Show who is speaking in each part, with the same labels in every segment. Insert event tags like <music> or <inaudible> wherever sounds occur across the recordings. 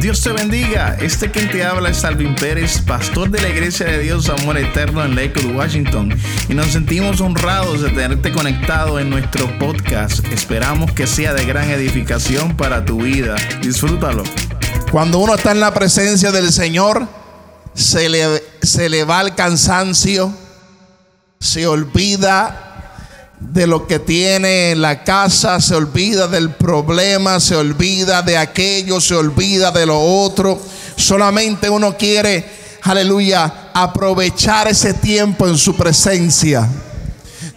Speaker 1: Dios te bendiga. Este quien te habla es Alvin Pérez, pastor de la Iglesia de Dios Amor Eterno en Lakewood, Washington. Y nos sentimos honrados de tenerte conectado en nuestro podcast. Esperamos que sea de gran edificación para tu vida. Disfrútalo.
Speaker 2: Cuando uno está en la presencia del Señor, se le, se le va el cansancio, se olvida de lo que tiene en la casa, se olvida del problema, se olvida de aquello, se olvida de lo otro. Solamente uno quiere, aleluya, aprovechar ese tiempo en su presencia.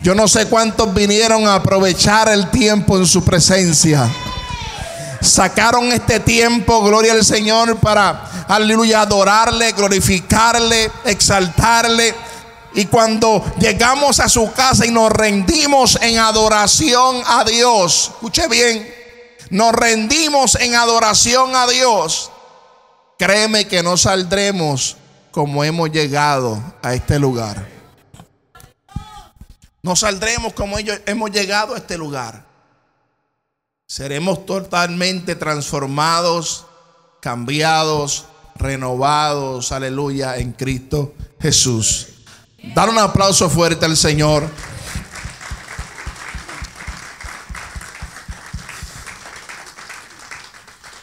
Speaker 2: Yo no sé cuántos vinieron a aprovechar el tiempo en su presencia. Sacaron este tiempo, gloria al Señor, para, aleluya, adorarle, glorificarle, exaltarle. Y cuando llegamos a su casa y nos rendimos en adoración a Dios, escuche bien, nos rendimos en adoración a Dios, créeme que no saldremos como hemos llegado a este lugar. No saldremos como ellos hemos llegado a este lugar. Seremos totalmente transformados, cambiados, renovados, aleluya, en Cristo Jesús. Dar un aplauso fuerte al Señor.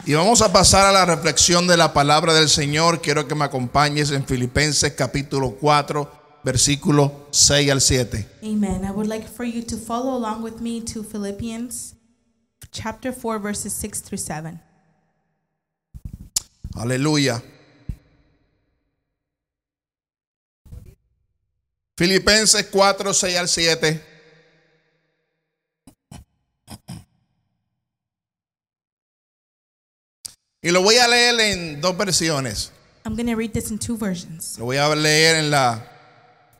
Speaker 2: Y vamos a pasar a la reflexión de la palabra del Señor. Quiero que me acompañes en Filipenses capítulo 4, versículo 6 al 7.
Speaker 3: Amen. I would like for you to follow along with me to Philippians chapter 4 verses 6 through 7.
Speaker 2: Aleluya. Filipenses 4, 6 al 7. Y lo voy a leer en dos versiones.
Speaker 3: I'm going to read this in two versions.
Speaker 2: Lo voy a leer en la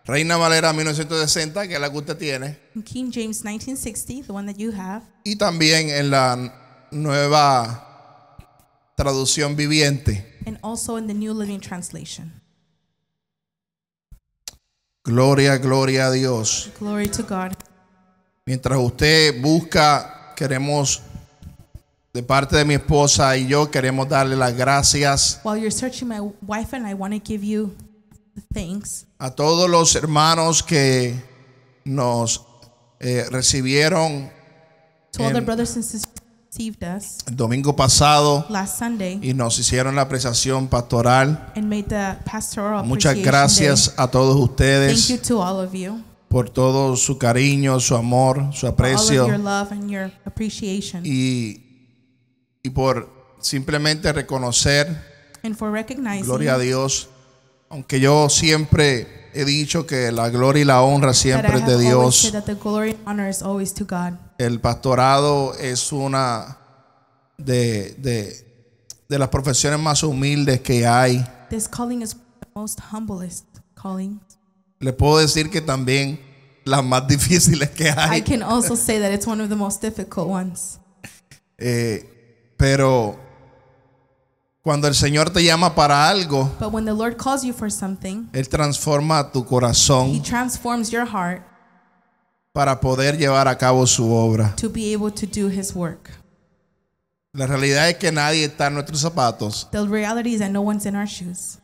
Speaker 2: Reina Valera 1960, que es la que usted tiene,
Speaker 3: In King James 1960, the one that you have,
Speaker 2: y también en la nueva traducción viviente.
Speaker 3: and also in the New Living Translation.
Speaker 2: Gloria, gloria a Dios.
Speaker 3: Glory to God.
Speaker 2: Mientras usted busca, queremos, de parte de mi esposa y yo, queremos darle las gracias
Speaker 3: While you're searching, my wife and I want to give you thanks
Speaker 2: a todos los hermanos que nos eh, recibieron
Speaker 3: to all the
Speaker 2: Em-
Speaker 3: brothers and sisters who received us
Speaker 2: el domingo pasado
Speaker 3: last Sunday
Speaker 2: y nos hicieron la apreciación pastoral.
Speaker 3: and made the pastoral
Speaker 2: Muchas
Speaker 3: appreciation
Speaker 2: gracias a todos
Speaker 3: Day. Thank you
Speaker 2: ustedes
Speaker 3: to all of you
Speaker 2: por todo su cariño, su amor, su
Speaker 3: for all of your
Speaker 2: aprecio
Speaker 3: love and your appreciation
Speaker 2: y, y por simplemente reconocer,
Speaker 3: and for recognizing
Speaker 2: gloria a Dios, aunque yo siempre he dicho que la gloria y la honra
Speaker 3: that I
Speaker 2: siempre es
Speaker 3: have
Speaker 2: de
Speaker 3: always
Speaker 2: Dios.
Speaker 3: said that the glory and honor is always to God.
Speaker 2: El pastorado es una de, de- de las profesiones más humildes que hay.
Speaker 3: This calling is the most humblest calling.
Speaker 2: Le puedo decir que también las más <laughs> difíciles que
Speaker 3: I
Speaker 2: hay.
Speaker 3: can also say that it's one of the most difficult ones.
Speaker 2: Eh, pero cuando el Señor te llama para algo,
Speaker 3: But when the Lord calls you for something,
Speaker 2: Él transforma tu
Speaker 3: He
Speaker 2: corazón
Speaker 3: transforms your heart
Speaker 2: para poder llevar a cabo su obra.
Speaker 3: to be able to do His work.
Speaker 2: La realidad es que nadie está en nuestros zapatos.
Speaker 3: The reality is that no one's in our shoes.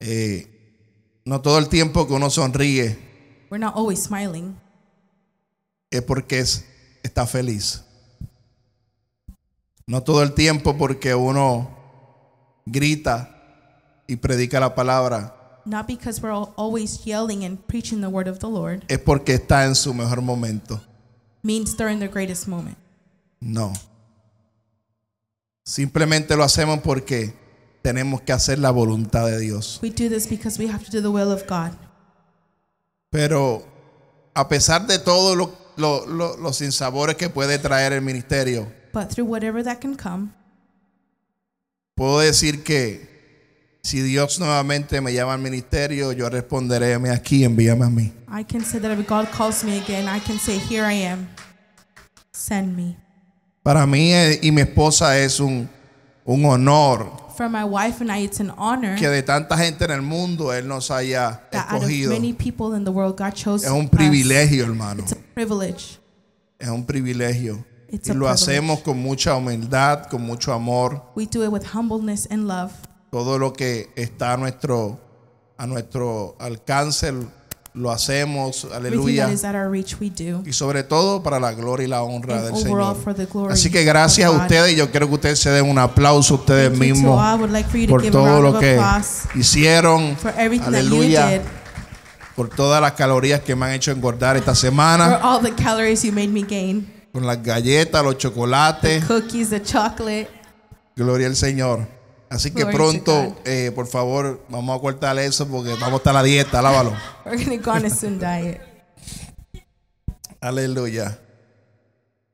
Speaker 2: Eh, no todo el tiempo que uno sonríe
Speaker 3: We're not always smiling.
Speaker 2: es porque es- está feliz. No todo el tiempo porque uno grita y predica la palabra,
Speaker 3: Not because we're al- always yelling and preaching the word of the Lord
Speaker 2: es porque está en su mejor momento.
Speaker 3: means during the greatest moment.
Speaker 2: No. Simplemente lo hacemos porque tenemos que hacer la voluntad de Dios.
Speaker 3: We do this because we have to do the will of God.
Speaker 2: Pero a pesar de todos lo- lo- lo- los sinsabores que puede traer el ministerio,
Speaker 3: But through whatever that can come,
Speaker 2: Puedo decir que si Dios nuevamente me llama al ministerio, yo responderé, "Heme aquí, envíame a mí.
Speaker 3: I can say that if God calls me again, I can say, Here I am. Send me.
Speaker 2: Para mí eh, y mi esposa es un, un honor
Speaker 3: For my wife and I, it's an honor
Speaker 2: que de tanta gente en el mundo Él nos haya
Speaker 3: that out of
Speaker 2: escogido.
Speaker 3: many people in the world, God chose
Speaker 2: Es un
Speaker 3: us.
Speaker 2: privilegio, hermano.
Speaker 3: It's a privilege.
Speaker 2: Es un privilegio.
Speaker 3: It's
Speaker 2: y
Speaker 3: a
Speaker 2: lo
Speaker 3: privilege.
Speaker 2: hacemos con mucha humildad, con mucho amor,
Speaker 3: We do it with humbleness and love.
Speaker 2: todo lo que está a nuestro, a nuestro alcance lo hacemos,
Speaker 3: Everything
Speaker 2: aleluya,
Speaker 3: that is at our reach, we do.
Speaker 2: y sobre todo para la gloria y la honra
Speaker 3: And
Speaker 2: del
Speaker 3: overall,
Speaker 2: Señor.
Speaker 3: for the glory
Speaker 2: Así que gracias a
Speaker 3: of God.
Speaker 2: ustedes y yo quiero que ustedes se den un aplauso a ustedes
Speaker 3: Thank you to all.
Speaker 2: mismos
Speaker 3: I would like for you to
Speaker 2: por
Speaker 3: give a
Speaker 2: todo
Speaker 3: round
Speaker 2: lo
Speaker 3: of
Speaker 2: que
Speaker 3: applause
Speaker 2: hicieron,
Speaker 3: for everything that you
Speaker 2: aleluya,
Speaker 3: did,
Speaker 2: por todas las calorías que me han hecho engordar esta
Speaker 3: for
Speaker 2: semana,
Speaker 3: all the calories you made me gain,
Speaker 2: con las galletas, los chocolates.
Speaker 3: cookies, the chocolate.
Speaker 2: Gloria al Señor. Así que
Speaker 3: Glory to
Speaker 2: pronto,
Speaker 3: God.
Speaker 2: eh, por favor, vamos a cortar eso porque vamos a estar a la dieta, lávalo.
Speaker 3: We're gonna go on
Speaker 2: <laughs>
Speaker 3: a soon diet.
Speaker 2: Aleluya.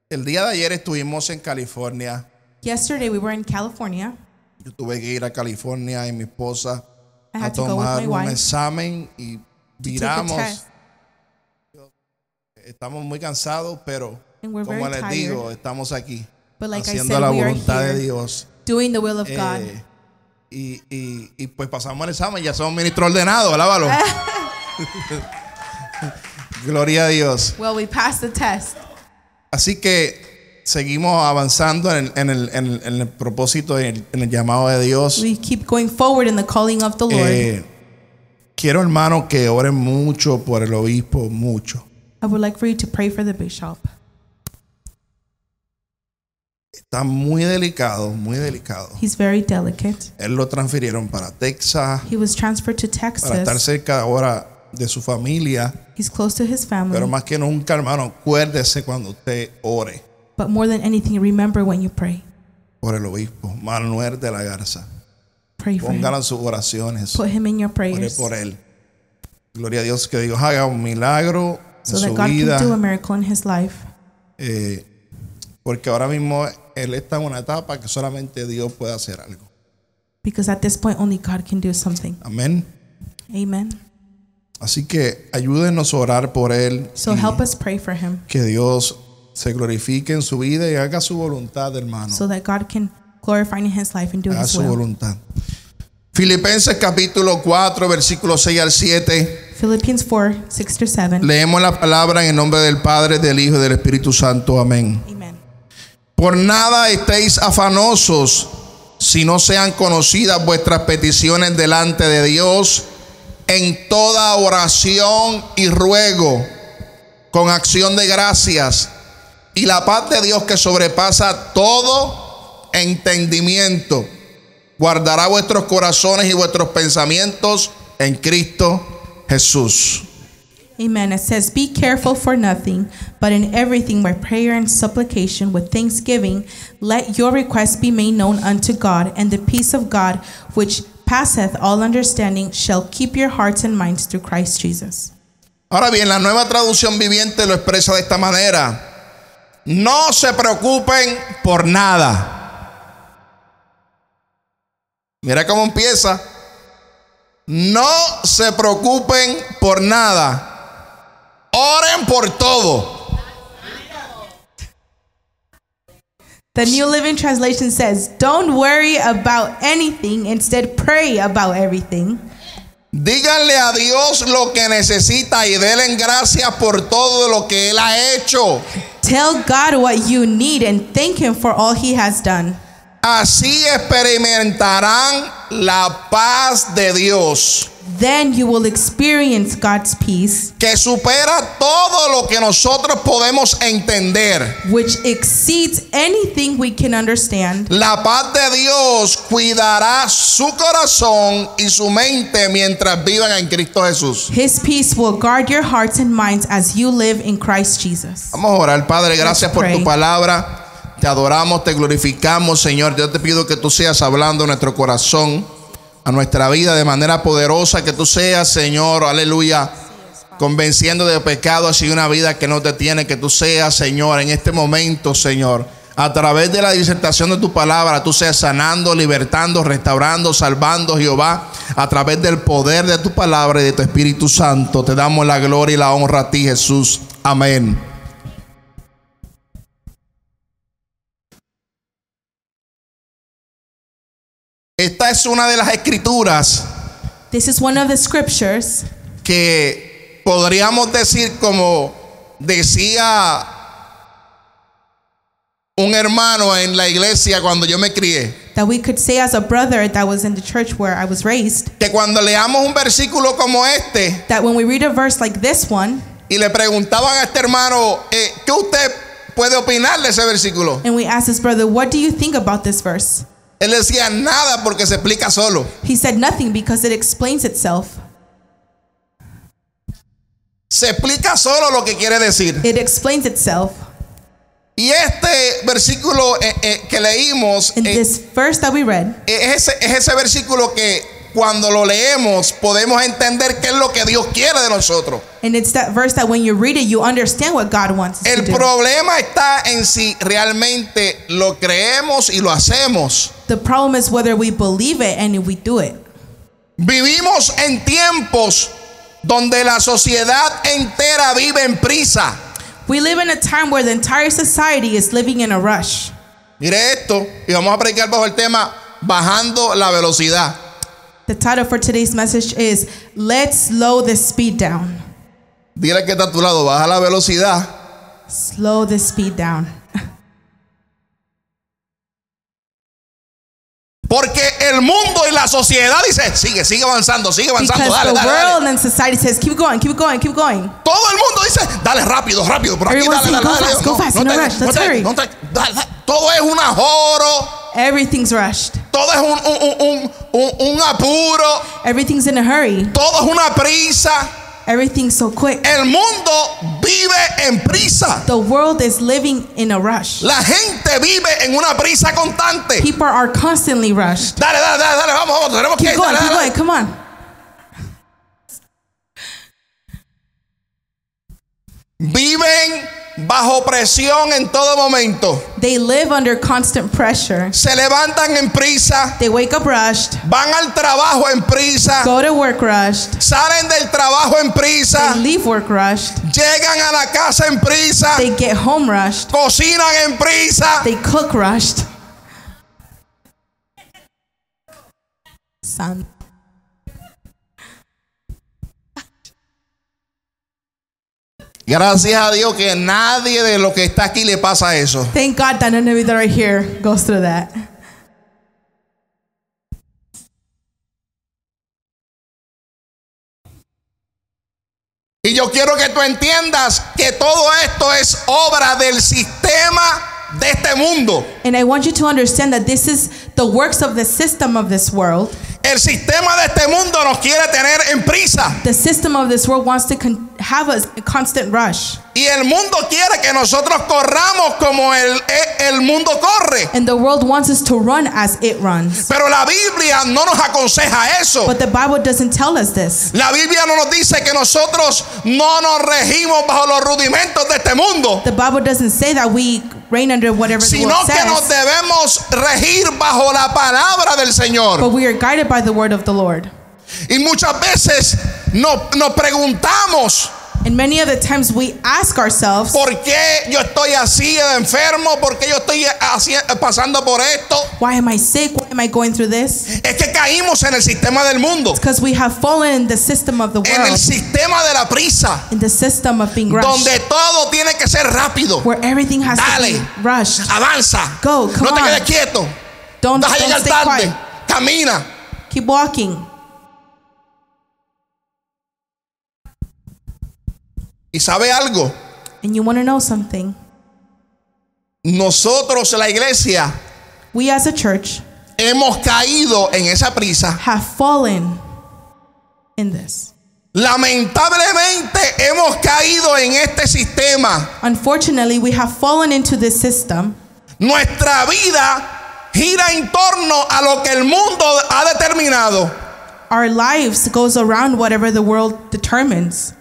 Speaker 2: El día de ayer estuvimos en California.
Speaker 3: Yesterday we were in California.
Speaker 2: Yo tuve que ir a California y mi esposa
Speaker 3: I
Speaker 2: a
Speaker 3: had to go with
Speaker 2: tomar
Speaker 3: my
Speaker 2: un
Speaker 3: wife.
Speaker 2: examen y
Speaker 3: take a
Speaker 2: viramos.
Speaker 3: test.
Speaker 2: Estamos muy cansados, pero
Speaker 3: And we're
Speaker 2: como
Speaker 3: very
Speaker 2: les
Speaker 3: tired.
Speaker 2: digo, estamos aquí
Speaker 3: But like I
Speaker 2: haciendo
Speaker 3: said,
Speaker 2: la
Speaker 3: we are
Speaker 2: voluntad de
Speaker 3: here
Speaker 2: Dios.
Speaker 3: doing the will of God.
Speaker 2: Eh, y, y- y, pues pasamos el examen, ya somos ministros ordenados,
Speaker 3: <laughs>
Speaker 2: alábalo. <laughs> Gloria a Dios.
Speaker 3: Well, we passed the test.
Speaker 2: Así que seguimos avanzando en el, en el- en el- en el propósito, en el, en el llamado de Dios.
Speaker 3: We keep going forward in the calling of the Lord.
Speaker 2: Eh, quiero, hermanos, que oren mucho por el obispo, mucho.
Speaker 3: I would like for you to pray for the bishop.
Speaker 2: Está muy delicado, muy delicado.
Speaker 3: He's very delicate.
Speaker 2: Él lo transfirieron para Texas,
Speaker 3: He was transferred to
Speaker 2: para estar
Speaker 3: Texas.
Speaker 2: cerca ahora de su familia.
Speaker 3: He's close to his
Speaker 2: Pero
Speaker 3: family.
Speaker 2: más que nunca, hermano, acuérdese cuando usted ore
Speaker 3: But more than anything, remember when you pray.
Speaker 2: por el obispo Manuel de la Garza.
Speaker 3: Pray for him.
Speaker 2: Póngalo en sus oraciones.
Speaker 3: Put him in your
Speaker 2: Ore
Speaker 3: prayers
Speaker 2: por él. Gloria a Dios que Dios haga un milagro
Speaker 3: so
Speaker 2: en
Speaker 3: that
Speaker 2: su
Speaker 3: God
Speaker 2: vida.
Speaker 3: can do a miracle in his life.
Speaker 2: eh, porque ahora mismo él está en una etapa que solamente Dios puede hacer algo.
Speaker 3: Because at this point, only God can do something.
Speaker 2: Amén.
Speaker 3: Amen.
Speaker 2: Así que ayúdenos a orar por él.
Speaker 3: So
Speaker 2: y
Speaker 3: help us pray for him
Speaker 2: que Dios se glorifique en su vida y haga su voluntad, hermano.
Speaker 3: so that God can glorify in his life and do
Speaker 2: Haga
Speaker 3: his
Speaker 2: su
Speaker 3: will.
Speaker 2: voluntad. Filipenses capítulo 4, versículo 6 al 7.
Speaker 3: Philippians 4 6 to 7.
Speaker 2: Leemos la palabra en el nombre del Padre, del Hijo y del Espíritu Santo. Amén.
Speaker 3: Amen.
Speaker 2: Por nada estéis afanosos si no sean conocidas vuestras peticiones delante de Dios en toda oración y ruego con acción de gracias y la paz de Dios que sobrepasa todo entendimiento guardará vuestros corazones y vuestros pensamientos en Cristo Jesús.
Speaker 3: Amen. It says, Be careful for nothing, but in everything by prayer and supplication with thanksgiving, let your requests be made known unto God, and the peace of God, which passeth all understanding, shall keep your hearts and minds through Christ Jesus.
Speaker 2: Ahora bien, la nueva traducción viviente lo expresa de esta manera. No se preocupen por nada. Mira cómo empieza. No se preocupen por nada. Oren por todo.
Speaker 3: The New Living Translation says, Don't worry about anything, instead, pray about everything.
Speaker 2: Díganle a Dios lo que necesita y denle gracias por todo lo que Él ha hecho.
Speaker 3: Tell God what you need and thank Him for all He has done.
Speaker 2: Así experimentarán la paz de Dios.
Speaker 3: Then you will experience God's peace.
Speaker 2: que supera todo lo que nosotros podemos entender.
Speaker 3: which exceeds anything we can understand.
Speaker 2: La paz de Dios cuidará su corazón y su mente mientras vivan en Cristo Jesús.
Speaker 3: His peace will guard your hearts and minds as you live in Christ Jesus.
Speaker 2: Vamos a orar, Padre, gracias por tu
Speaker 3: pray.
Speaker 2: palabra. Te adoramos, te glorificamos, Señor. Yo te pido que tú seas hablando a nuestro corazón, a nuestra vida de manera poderosa, que tú seas, Señor, aleluya, convenciendo de pecado, así una vida que no te tiene, que tú seas, Señor, en este momento, Señor, a través de la disertación de tu palabra, tú seas sanando, libertando, restaurando, salvando, Jehová, a través del poder de tu palabra y de tu Espíritu Santo. Te damos la gloria y la honra a ti, Jesús. Amén. Esta es una de las escrituras
Speaker 3: This is one of the scriptures
Speaker 2: que podríamos decir como decía un hermano en la iglesia cuando yo me crié,
Speaker 3: that we could say as a brother that was in the church where I was raised
Speaker 2: que cuando leamos un versículo como este
Speaker 3: that when we read a verse like this one
Speaker 2: y le preguntaban a este hermano, eh, ¿qué usted puede opinar de ese versículo?
Speaker 3: and we asked his brother, What do you think about this verse?
Speaker 2: Él decía nada porque se explica solo.
Speaker 3: He said nothing because it explains itself.
Speaker 2: Se explica solo lo que quiere decir.
Speaker 3: It explains itself.
Speaker 2: Y este versículo eh, eh, que leímos
Speaker 3: In
Speaker 2: eh,
Speaker 3: this verse that we read,
Speaker 2: es, ese, es ese versículo que cuando lo leemos podemos entender qué es lo que Dios quiere de nosotros.
Speaker 3: and it's that verse that when you read it, you understand what God wants us to
Speaker 2: El
Speaker 3: do.
Speaker 2: problema está en si realmente lo creemos y lo hacemos.
Speaker 3: The problem is whether we believe it and if we do it.
Speaker 2: Vivimos en tiempos donde la sociedad entera vive en prisa.
Speaker 3: We live in a time where the entire society is living in a rush.
Speaker 2: Mire esto, y vamos a predicar bajo el tema bajando la velocidad.
Speaker 3: The title for today's message is Let's Slow the Speed Down.
Speaker 2: Dile al que está a tu lado, baja la velocidad.
Speaker 3: Slow the speed down.
Speaker 2: Porque el mundo y la sociedad dice, sigue, sigue avanzando, sigue avanzando,
Speaker 3: Because
Speaker 2: dale,
Speaker 3: the
Speaker 2: dale, dale".
Speaker 3: world and society says, keep going, keep going, keep going.
Speaker 2: Todo el mundo dice, dale rápido, rápido, por aquí,
Speaker 3: Everyone's
Speaker 2: dale, dale,
Speaker 3: saying, go
Speaker 2: dale.
Speaker 3: fast, go fast, no
Speaker 2: te-
Speaker 3: rush,
Speaker 2: no
Speaker 3: let's
Speaker 2: te-
Speaker 3: hurry.
Speaker 2: no te- dale, dale. Todo es un ajoro,
Speaker 3: Everything's rushed.
Speaker 2: todo es un, un- un- un- un- un apuro,
Speaker 3: Everything's in a hurry.
Speaker 2: todo es una prisa.
Speaker 3: Everything's so quick.
Speaker 2: El mundo vive en prisa.
Speaker 3: The world is living in a rush.
Speaker 2: La gente vive en una prisa constante.
Speaker 3: People are constantly rushed.
Speaker 2: Dale, dale, dale, dale, vamos, vamos, tenemos que
Speaker 3: Keep
Speaker 2: ir,
Speaker 3: going,
Speaker 2: dale,
Speaker 3: keep
Speaker 2: dale,
Speaker 3: going,
Speaker 2: dale.
Speaker 3: come on.
Speaker 2: Viven bajo presión en todo momento.
Speaker 3: They live under constant pressure.
Speaker 2: Se levantan en prisa.
Speaker 3: They wake up rushed,
Speaker 2: Van al trabajo en prisa.
Speaker 3: go to work rushed,
Speaker 2: Salen del trabajo en prisa.
Speaker 3: they leave work rushed,
Speaker 2: Llegan a la casa en prisa.
Speaker 3: they get home rushed,
Speaker 2: Cocinan en prisa.
Speaker 3: they cook rushed. Son.
Speaker 2: Gracias a Dios que nadie de los que está aquí le pasa eso.
Speaker 3: Thank God that none of you that are here goes through that.
Speaker 2: Y yo quiero que tú entiendas que todo esto es obra del sistema de este mundo.
Speaker 3: And I want you to understand that this is the works of the system of this world.
Speaker 2: El sistema de este mundo nos quiere tener en prisa.
Speaker 3: The system of this world wants to con- have us a constant rush.
Speaker 2: Y el mundo quiere que nosotros corramos como el, el mundo corre.
Speaker 3: And the world wants us to run as it runs.
Speaker 2: Pero la Biblia no nos aconseja eso.
Speaker 3: But the Bible doesn't tell us this.
Speaker 2: La Biblia no nos dice que nosotros no nos regimos bajo los rudimentos de este mundo,
Speaker 3: The Bible doesn't say that we reign under whatever the
Speaker 2: sino
Speaker 3: world
Speaker 2: que nos
Speaker 3: says,
Speaker 2: debemos regir bajo la palabra del Señor.
Speaker 3: but we are guided by the word of the Lord.
Speaker 2: Y muchas veces no- nos preguntamos
Speaker 3: And many of the times we ask ourselves,
Speaker 2: por qué yo estoy así de enfermo, por qué yo estoy así, eh, pasando por esto.
Speaker 3: why am I sick? Why am I going through this?
Speaker 2: Es que caímos en el sistema del mundo,
Speaker 3: Because we have fallen in the system of the
Speaker 2: en el
Speaker 3: world,
Speaker 2: sistema de la prisa.
Speaker 3: in the system of being rushed,
Speaker 2: donde todo tiene que ser rápido.
Speaker 3: where everything has
Speaker 2: Dale.
Speaker 3: to be rushed.
Speaker 2: Avanza.
Speaker 3: Go, come
Speaker 2: no te
Speaker 3: on.
Speaker 2: quedes quieto.
Speaker 3: Don't,
Speaker 2: Vas a
Speaker 3: don't
Speaker 2: llegar
Speaker 3: stay
Speaker 2: tarde.
Speaker 3: quiet.
Speaker 2: Camina.
Speaker 3: Keep walking.
Speaker 2: Y sabe algo,
Speaker 3: And you want to know something?
Speaker 2: nosotros la iglesia
Speaker 3: We as a church
Speaker 2: hemos caído en esa prisa.
Speaker 3: have fallen in this.
Speaker 2: Lamentablemente hemos caído en este sistema.
Speaker 3: Unfortunately, we have fallen into this system.
Speaker 2: Nuestra vida gira en torno a lo que el mundo ha determinado.
Speaker 3: Our lives goes around whatever the world determines.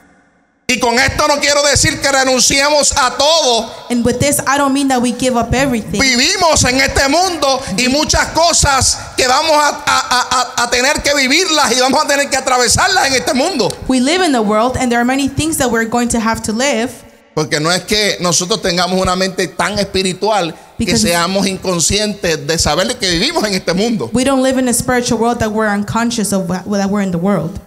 Speaker 2: Y con esto no quiero decir que renunciemos a todo
Speaker 3: And with this, I don't mean that we give up everything.
Speaker 2: Vivimos en este mundo y muchas cosas que vamos a, a- a- a- a tener que vivirlas y vamos a tener que atravesarlas en este mundo.
Speaker 3: We live in the world, and there are many things that we're going to have to live
Speaker 2: Porque no es que nosotros tengamos una mente tan espiritual que
Speaker 3: Because-
Speaker 2: seamos inconscientes de saber que vivimos en este mundo.
Speaker 3: We don't live in a spiritual world that we're unconscious of wha- that we're in the world.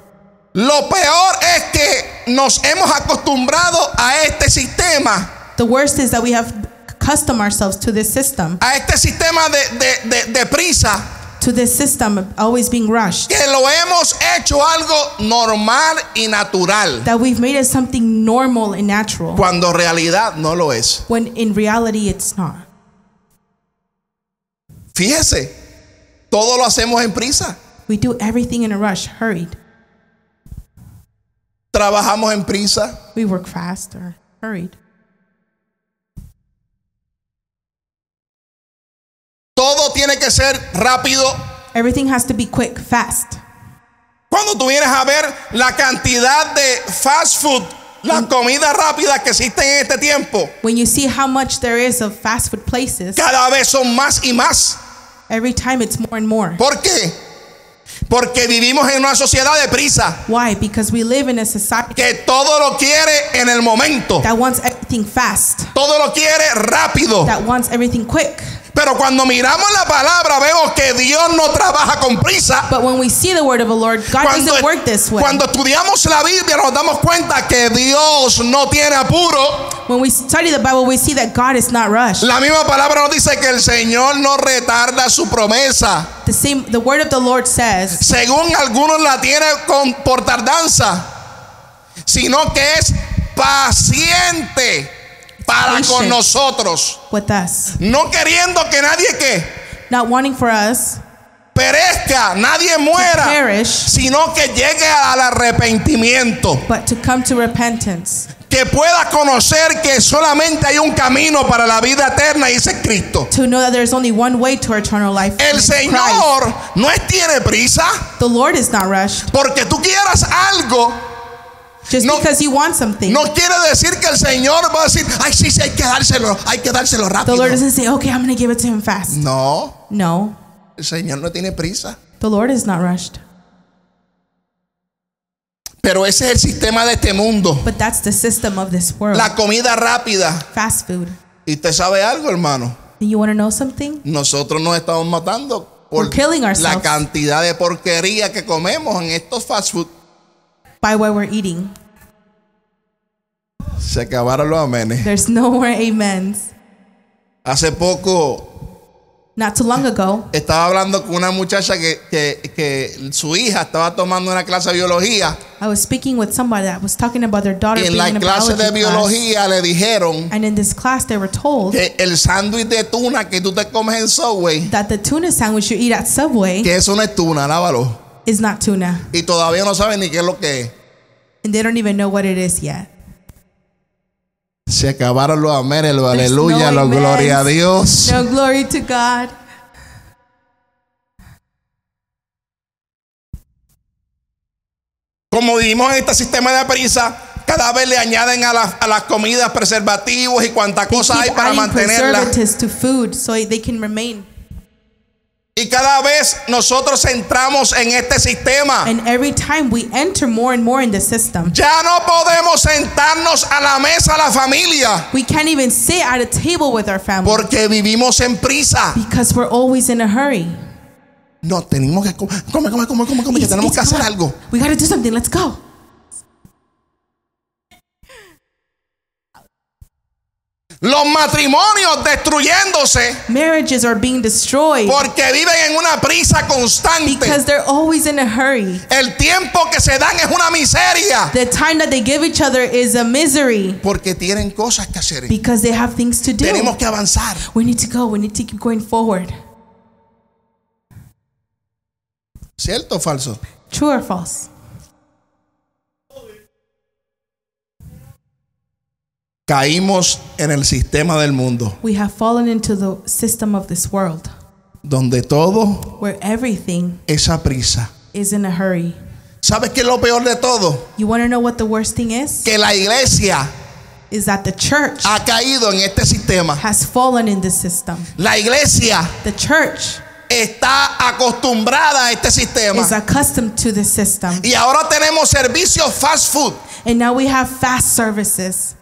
Speaker 2: Lo peor es que nos hemos acostumbrado a este sistema
Speaker 3: The worst is that we have accustom ourselves to this system,
Speaker 2: a este sistema de, de- de- de prisa,
Speaker 3: to this system of always being rushed,
Speaker 2: que lo hemos hecho algo normal y natural,
Speaker 3: that we've made it something normal and natural,
Speaker 2: cuando en realidad no lo es.
Speaker 3: when in reality it's not.
Speaker 2: Fíjese, todo lo hacemos en prisa.
Speaker 3: We do everything in a rush, hurried.
Speaker 2: Trabajamos en prisa,
Speaker 3: We work faster, hurried.
Speaker 2: todo tiene que ser rápido.
Speaker 3: Everything has to be quick, fast.
Speaker 2: Cuando tú vienes a ver la cantidad de fast food, las comidas rápidas que existen en este tiempo,
Speaker 3: When you see how much there is of fast food places,
Speaker 2: cada vez son más y más.
Speaker 3: every time it's more and more.
Speaker 2: ¿Por qué? Porque vivimos en una sociedad de prisa,
Speaker 3: Why? Because we live in a society
Speaker 2: que todo lo quiere en el momento,
Speaker 3: that wants everything fast,
Speaker 2: todo lo quiere rápido.
Speaker 3: that wants everything quick.
Speaker 2: Pero cuando miramos la palabra vemos que Dios no trabaja con prisa.
Speaker 3: But when we see the word of the Lord, God
Speaker 2: Cuando,
Speaker 3: doesn't work this way.
Speaker 2: cuando estudiamos la Biblia nos damos cuenta que Dios no tiene apuro.
Speaker 3: When we study the Bible, we see that God is not rushed.
Speaker 2: La misma palabra nos dice que el Señor no retarda su promesa.
Speaker 3: The same the word of the Lord says
Speaker 2: Según algunos la tiene con, por tardanza, sino que es paciente para con
Speaker 3: Patient.
Speaker 2: nosotros.
Speaker 3: with us,
Speaker 2: No queriendo que nadie que
Speaker 3: not wanting for us
Speaker 2: perezca, nadie
Speaker 3: to
Speaker 2: muera,
Speaker 3: perish,
Speaker 2: sino que llegue al arrepentimiento.
Speaker 3: but to come to repentance,
Speaker 2: que pueda conocer que solamente hay un camino para la vida eterna y ese es Cristo.
Speaker 3: to know that there's only one way to eternal life. and
Speaker 2: El
Speaker 3: it's Christ.
Speaker 2: Señor no es- tiene prisa
Speaker 3: The Lord is not rushed.
Speaker 2: porque tú quieras algo.
Speaker 3: Just
Speaker 2: No.
Speaker 3: because you want something,
Speaker 2: No quiere decir que el Señor va a decir, ay, sí, sí, hay que dárselo, hay que dárselo
Speaker 3: the
Speaker 2: rápido.
Speaker 3: Lord doesn't say, okay, I'm going to give it to him fast.
Speaker 2: No,
Speaker 3: No,
Speaker 2: el Señor no tiene prisa.
Speaker 3: the Lord is not rushed.
Speaker 2: Pero ese es el sistema de este mundo.
Speaker 3: But that's the system of this world.
Speaker 2: La comida rápida.
Speaker 3: Fast food.
Speaker 2: Y usted sabe algo, hermano.
Speaker 3: And you want to know something?
Speaker 2: Nosotros nos estamos matando por
Speaker 3: We're killing
Speaker 2: la
Speaker 3: ourselves.
Speaker 2: cantidad de porquería que comemos en estos fast food.
Speaker 3: By what we're eating.
Speaker 2: Se acabaron los amenes.
Speaker 3: There's no <laughs> more amens.
Speaker 2: Hace poco
Speaker 3: Not too long ago,
Speaker 2: estaba hablando con una muchacha que, que- que su hija estaba tomando una clase de biología
Speaker 3: I was speaking with somebody that was talking about their daughter
Speaker 2: y en
Speaker 3: being
Speaker 2: la
Speaker 3: in a
Speaker 2: clase
Speaker 3: biology
Speaker 2: de
Speaker 3: class.
Speaker 2: biología le dijeron
Speaker 3: And in this class, they were told
Speaker 2: que el sándwich de tuna que tú te comes en Subway,
Speaker 3: that the tuna sandwich you eat at Subway
Speaker 2: que eso no es tuna, lávalo.
Speaker 3: is not tuna.
Speaker 2: Y todavía no saben ni qué es lo que es.
Speaker 3: And they don't even know what it is yet.
Speaker 2: Se acabaron los amenes, los
Speaker 3: There's
Speaker 2: aleluya,
Speaker 3: no
Speaker 2: los
Speaker 3: amens.
Speaker 2: gloria a Dios.
Speaker 3: No glory to God.
Speaker 2: Como vivimos en este sistema de prisa, cada vez le añaden a, las- a las comidas preservativos y cuánta cosa hay
Speaker 3: Keep
Speaker 2: para
Speaker 3: adding
Speaker 2: mantenerla.
Speaker 3: preservatives to food so they can remain.
Speaker 2: Y cada vez nosotros entramos en este sistema.
Speaker 3: And every time we enter more and more in the system,
Speaker 2: Ya no podemos sentarnos a la mesa la familia
Speaker 3: we can't even sit at a table with our family
Speaker 2: porque vivimos en prisa.
Speaker 3: because we're always in a hurry.
Speaker 2: No, tenemos que comer, comer, comer, comer, comer, comer, que
Speaker 3: It's-
Speaker 2: tenemos
Speaker 3: it's
Speaker 2: que hacer
Speaker 3: gone.
Speaker 2: algo.
Speaker 3: We gotta do something. Let's go.
Speaker 2: Los matrimonios destruyéndose
Speaker 3: Marriages are being destroyed
Speaker 2: porque viven en una prisa
Speaker 3: because
Speaker 2: constante.
Speaker 3: they're always in a hurry.
Speaker 2: El tiempo que se dan es una miseria
Speaker 3: The time that they give each other is a misery
Speaker 2: porque tienen cosas que hacer.
Speaker 3: because they have things to do.
Speaker 2: Tenemos que avanzar.
Speaker 3: We need to go. We need to keep going forward.
Speaker 2: ¿Cierto o falso?
Speaker 3: True or false?
Speaker 2: Caímos en el sistema del mundo
Speaker 3: We have fallen into the system of this world
Speaker 2: donde todo
Speaker 3: where everything
Speaker 2: es a prisa.
Speaker 3: is in a hurry.
Speaker 2: ¿Sabes qué es lo peor de todo?
Speaker 3: You want to know what the worst thing is?
Speaker 2: Que la iglesia
Speaker 3: Is that the church
Speaker 2: ha caído en este sistema.
Speaker 3: has fallen in this system.
Speaker 2: La iglesia
Speaker 3: The church
Speaker 2: está acostumbrada a este sistema.
Speaker 3: is accustomed to this system.
Speaker 2: Y ahora tenemos servicios fast food.
Speaker 3: And now we have fast services.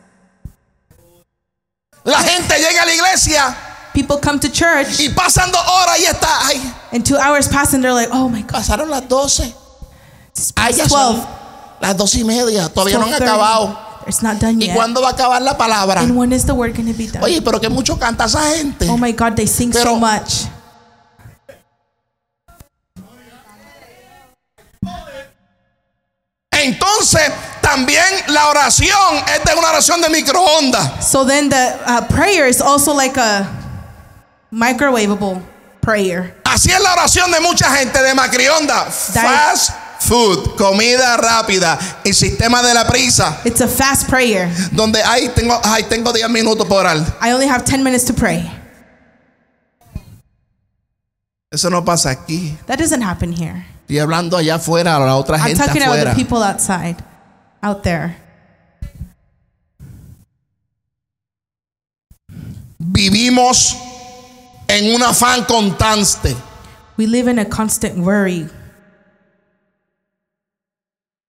Speaker 2: La gente llega a la iglesia
Speaker 3: People come to church
Speaker 2: y pasan dos horas y está. Ay,
Speaker 3: and two hours pass and they're like, oh my God,
Speaker 2: pasaron las 12.
Speaker 3: it's
Speaker 2: Ay, ya son
Speaker 3: 12.
Speaker 2: las 12 y media. Todavía no han
Speaker 3: 12:30.
Speaker 2: acabado.
Speaker 3: It's not done
Speaker 2: ¿Y
Speaker 3: yet.
Speaker 2: cuándo va a acabar la palabra?
Speaker 3: And when is the word going to be done?
Speaker 2: Oye, pero que mucho canta esa gente.
Speaker 3: oh my God, they sing
Speaker 2: Pero-
Speaker 3: so much.
Speaker 2: Entonces, también la oración, esta es una oración de microondas.
Speaker 3: So then the uh, prayer is also like a microwavable prayer.
Speaker 2: Así es la oración de mucha gente de macrionda. Fast food, comida rápida, el sistema de la prisa,
Speaker 3: It's a fast prayer.
Speaker 2: donde ahí tengo, ay, tengo 10 minutos por orar.
Speaker 3: I only have 10 minutes to pray.
Speaker 2: Eso no pasa aquí.
Speaker 3: That doesn't happen here.
Speaker 2: Estoy hablando allá afuera, a la otra
Speaker 3: I'm
Speaker 2: gente
Speaker 3: talking about
Speaker 2: afuera.
Speaker 3: the people outside, out there.
Speaker 2: Vivimos en un afán constante.
Speaker 3: We live in a constant worry.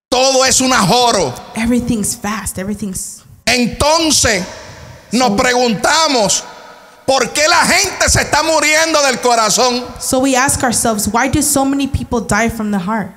Speaker 2: Todo es un ajoro.
Speaker 3: Everything's fast. Everything's.
Speaker 2: Entonces nos preguntamos por qué la gente se está muriendo del corazón.
Speaker 3: So we ask ourselves, why do so many people die from the heart?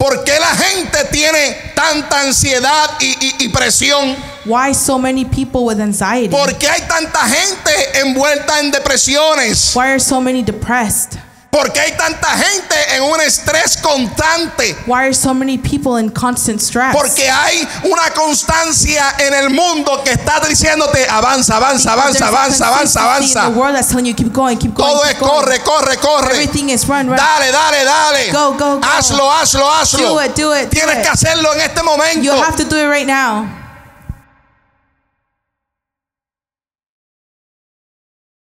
Speaker 2: ¿Por qué la gente tiene tanta ansiedad y, y- y presión?
Speaker 3: Why so many people with anxiety?
Speaker 2: ¿Por qué hay tanta gente envuelta en depresiones?
Speaker 3: Why are so many depressed?
Speaker 2: ¿Por qué hay tanta gente en un estrés constante?
Speaker 3: Why are so many people in constant stress?
Speaker 2: Porque hay una constancia en el mundo que está diciéndote avanza, avanza, avanza,
Speaker 3: Because there's
Speaker 2: avanza,
Speaker 3: a
Speaker 2: avanza,
Speaker 3: consistency In the
Speaker 2: avanza.
Speaker 3: world that's telling you keep going, keep going.
Speaker 2: Todo
Speaker 3: keep
Speaker 2: es
Speaker 3: going.
Speaker 2: corre, corre, corre.
Speaker 3: Everything is run, run.
Speaker 2: Dale, dale, dale.
Speaker 3: Go, go, go.
Speaker 2: Hazlo, hazlo, hazlo.
Speaker 3: Do it, do it, do
Speaker 2: Tienes
Speaker 3: it.
Speaker 2: que hacerlo en este
Speaker 3: You
Speaker 2: momento.
Speaker 3: have to do it right now.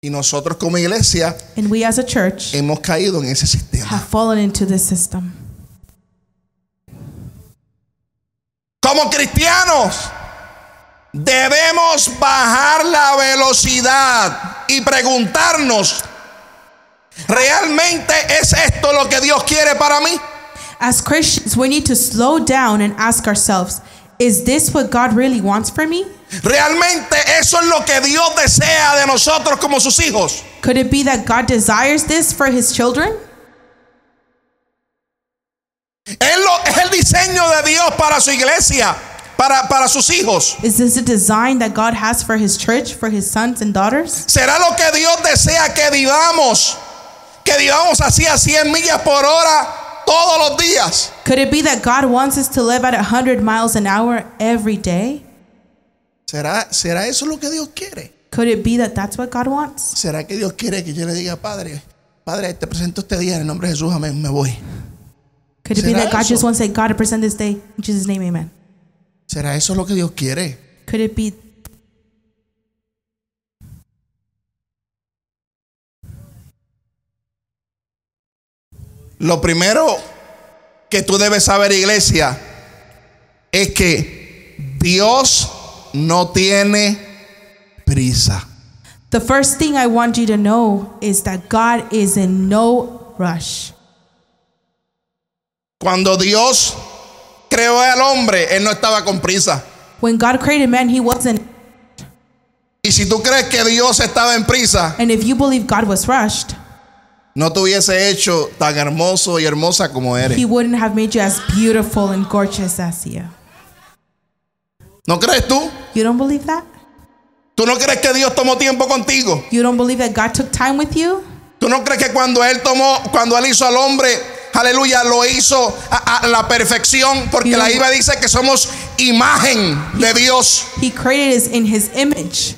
Speaker 2: Y nosotros como iglesia
Speaker 3: And we as a church
Speaker 2: hemos caído en ese sistema.
Speaker 3: have fallen into this system.
Speaker 2: Como cristianos debemos bajar la velocidad y preguntarnos, ¿realmente es esto lo que Dios quiere para mí?
Speaker 3: As Christians, we need to slow down and ask ourselves, is this what God really wants for me?
Speaker 2: ¿Realmente eso es lo que Dios desea de nosotros como sus hijos?
Speaker 3: Could it be that God desires this for his children?
Speaker 2: Es, lo- es el diseño de Dios para su iglesia, para, para sus hijos.
Speaker 3: Is this a design that God has for his church, for his sons and daughters?
Speaker 2: ¿Será lo que Dios desea que vivamos? Que vivamos así a 100 millas por hora todos los días.
Speaker 3: Could it be that God wants us to live at 100 miles an hour every day?
Speaker 2: ¿Será, ¿Será eso lo que Dios quiere?
Speaker 3: Could it be that that's what God wants?
Speaker 2: ¿Será que Dios quiere que yo le diga, Padre, Padre, te presento este día en el nombre de Jesús, amén, me voy?
Speaker 3: Could it be
Speaker 2: Será
Speaker 3: that God
Speaker 2: eso?
Speaker 3: just wants to say, God, I present this day in Jesus' name, amen?
Speaker 2: ¿Será eso lo que Dios quiere?
Speaker 3: Could it be?
Speaker 2: Lo primero que tú debes saber, iglesia, es que Dios no tiene prisa.
Speaker 3: The first thing I want you to know is that God is in no rush.
Speaker 2: Cuando Dios creó al hombre, él no estaba con prisa.
Speaker 3: When God created man, he wasn't.
Speaker 2: Y si tú crees que Dios estaba en prisa,
Speaker 3: And if you believe God was rushed,
Speaker 2: no te hubiese hecho tan hermoso y hermosa como
Speaker 3: he
Speaker 2: eres.
Speaker 3: wouldn't have made you as beautiful and gorgeous as you.
Speaker 2: ¿No crees tú?
Speaker 3: You don't believe that?
Speaker 2: ¿Tú no crees que Dios tomó tiempo contigo?
Speaker 3: You don't believe that God took time with you?
Speaker 2: ¿Tú no crees que cuando él tomó, cuando él hizo al hombre, aleluya, lo hizo a, a la perfección? Porque
Speaker 3: You
Speaker 2: la
Speaker 3: know-
Speaker 2: Biblia dice que somos imagen de Dios.
Speaker 3: He created us in his image.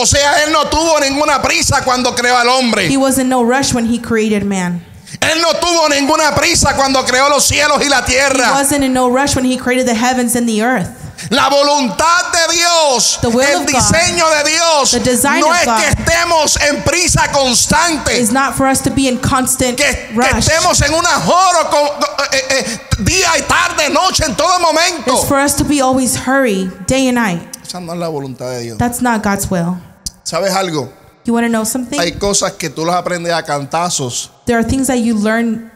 Speaker 2: O sea, él no tuvo ninguna prisa cuando creó al hombre.
Speaker 3: He was in no rush when he created man.
Speaker 2: Él no tuvo ninguna prisa cuando creó los cielos y la
Speaker 3: He
Speaker 2: tierra.
Speaker 3: wasn't in no rush when he created the heavens and the earth.
Speaker 2: La voluntad de Dios,
Speaker 3: The will
Speaker 2: el
Speaker 3: of God,
Speaker 2: diseño de Dios,
Speaker 3: the design
Speaker 2: no
Speaker 3: of
Speaker 2: es
Speaker 3: God,
Speaker 2: que estemos en prisa constante,
Speaker 3: It's not for us to be in constant
Speaker 2: que, que
Speaker 3: rush.
Speaker 2: estemos en un ajoro con- con- eh, eh, día y tarde, noche, en todo
Speaker 3: It's
Speaker 2: momento.
Speaker 3: for us to be always hurry, day and night.
Speaker 2: Esa no es la voluntad de Dios.
Speaker 3: That's not God's will.
Speaker 2: ¿Sabes algo?
Speaker 3: You want to know something?
Speaker 2: Hay cosas que tú las aprendes a cantazos.
Speaker 3: there are things that you learn.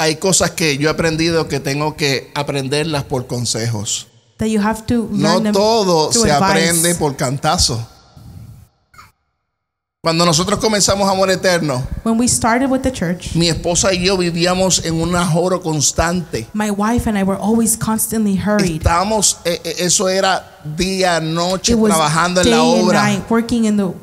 Speaker 2: Hay cosas que yo he aprendido que tengo que aprenderlas por consejos.
Speaker 3: That you have to learn
Speaker 2: No
Speaker 3: them
Speaker 2: todo
Speaker 3: through
Speaker 2: se
Speaker 3: advice.
Speaker 2: aprende por cantazos. Cuando nosotros comenzamos Amor Eterno,
Speaker 3: When we started with the church,
Speaker 2: mi esposa y yo vivíamos en un ajoro constante.
Speaker 3: my wife and I were always constantly hurried.
Speaker 2: Estábamos, eh, eh, eso era día, noche,
Speaker 3: It was
Speaker 2: trabajando en
Speaker 3: day
Speaker 2: la
Speaker 3: and
Speaker 2: obra.
Speaker 3: night working in the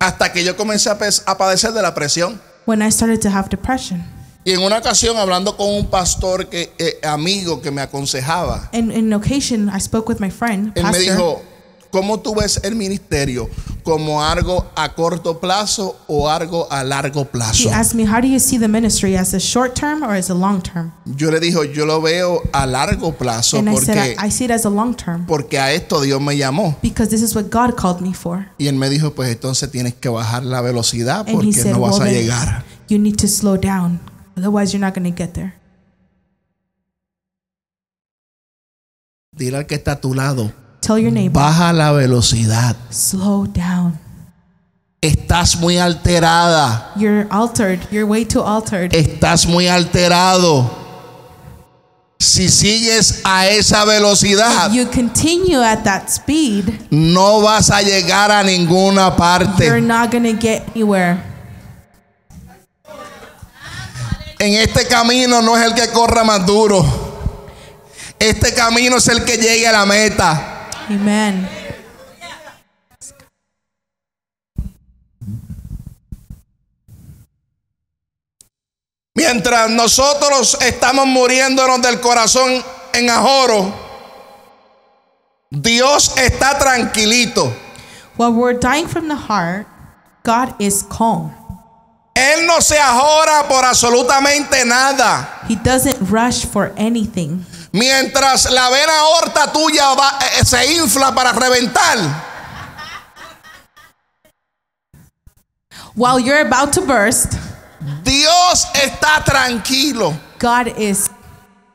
Speaker 2: Hasta que yo comencé a, pe- a padecer de la presión.
Speaker 3: when I started to have depression.
Speaker 2: Y en una ocasión, hablando con un pastor que, eh, amigo que me aconsejaba,
Speaker 3: And in an occasion, I spoke with my friend,
Speaker 2: él me
Speaker 3: pastor,
Speaker 2: dijo, ¿cómo tú ves el ministerio? ¿Como algo a corto plazo o algo a largo
Speaker 3: He
Speaker 2: plazo?
Speaker 3: asked me, "How do you see the ministry as a short term or as a long term?"
Speaker 2: Yo le dijo, yo lo veo a largo plazo
Speaker 3: And I said,
Speaker 2: porque,
Speaker 3: I, "I see it as a long term
Speaker 2: porque a esto Dios me llamó.
Speaker 3: because this is what God called me for."
Speaker 2: Y él me dijo, pues entonces tienes que bajar la velocidad
Speaker 3: And he
Speaker 2: porque
Speaker 3: said,
Speaker 2: no vas
Speaker 3: "Well,
Speaker 2: a
Speaker 3: then,
Speaker 2: llegar.
Speaker 3: you need to slow down, otherwise you're not going to get there."
Speaker 2: Dile al que está a tu lado,
Speaker 3: Tell your neighbor,
Speaker 2: baja la velocidad.
Speaker 3: "Slow down.
Speaker 2: Estás muy alterada,
Speaker 3: You're altered. You're way too
Speaker 2: Eh,
Speaker 3: altered.
Speaker 2: estás muy alterado. Si sigues a esa velocidad,
Speaker 3: If you continue at that speed,
Speaker 2: no vas a llegar a ninguna
Speaker 3: you're
Speaker 2: parte.
Speaker 3: not going to get anywhere."
Speaker 2: En este camino no es el que corra más duro. Este camino es el que llegue a la meta.
Speaker 3: Amen.
Speaker 2: Mientras nosotros estamos muriéndonos del corazón en ajoro, Dios está tranquilito.
Speaker 3: While we're dying from the heart, God is calm.
Speaker 2: Él no se ajora por absolutamente nada.
Speaker 3: He doesn't rush for anything.
Speaker 2: Mientras la vena aorta tuya va- eh, eh, se infla para reventar,
Speaker 3: While you're about to burst,
Speaker 2: Dios está tranquilo.
Speaker 3: God is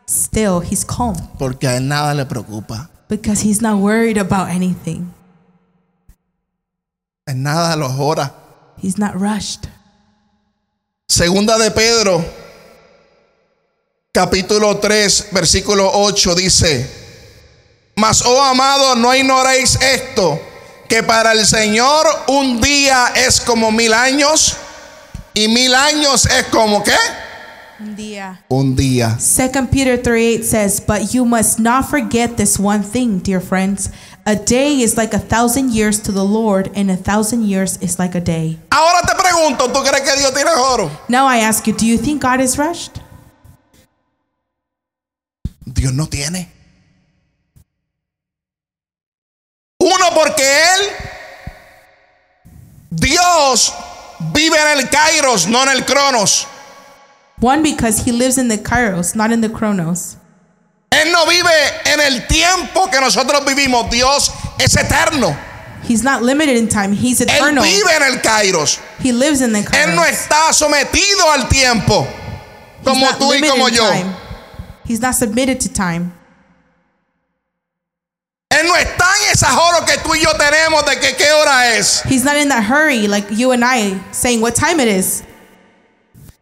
Speaker 3: still, He's calm
Speaker 2: Porque a Él nada le preocupa.
Speaker 3: because He's not worried about anything.
Speaker 2: En nada lo ajora.
Speaker 3: He's not rushed.
Speaker 2: Segunda de Pedro, capítulo 3, versículo 8 dice, Mas, oh amado, no ignoréis esto, que para el Señor un día es como mil años, y mil años es como qué? Un día.
Speaker 3: Second Peter 3 8 says, But you must not forget this one thing, dear friends. A day is like a thousand years to the Lord, and a thousand years is like a day.
Speaker 2: Ahora te pregunto, ¿tú crees que Dios tiene oro?
Speaker 3: Now I ask you, do you think God is rushed?
Speaker 2: Dios no tiene. Uno porque Él, Dios, vive en el Kairos, no en el Cronos.
Speaker 3: One, because He lives in the Kairos, not in the Chronos.
Speaker 2: Él no vive en el tiempo que nosotros vivimos. Dios es eterno.
Speaker 3: He's not limited in time, He's
Speaker 2: Él
Speaker 3: eternal.
Speaker 2: vive en el Kairos.
Speaker 3: He lives in the
Speaker 2: Él no
Speaker 3: Kairos.
Speaker 2: está sometido al tiempo. Como
Speaker 3: He's not
Speaker 2: tú y
Speaker 3: limited
Speaker 2: como
Speaker 3: in
Speaker 2: yo.
Speaker 3: time. He's not submitted to time.
Speaker 2: Él no está en esa joro que tú y yo tenemos de que qué hora es.
Speaker 3: He's not in that hurry like you and I saying what time it is.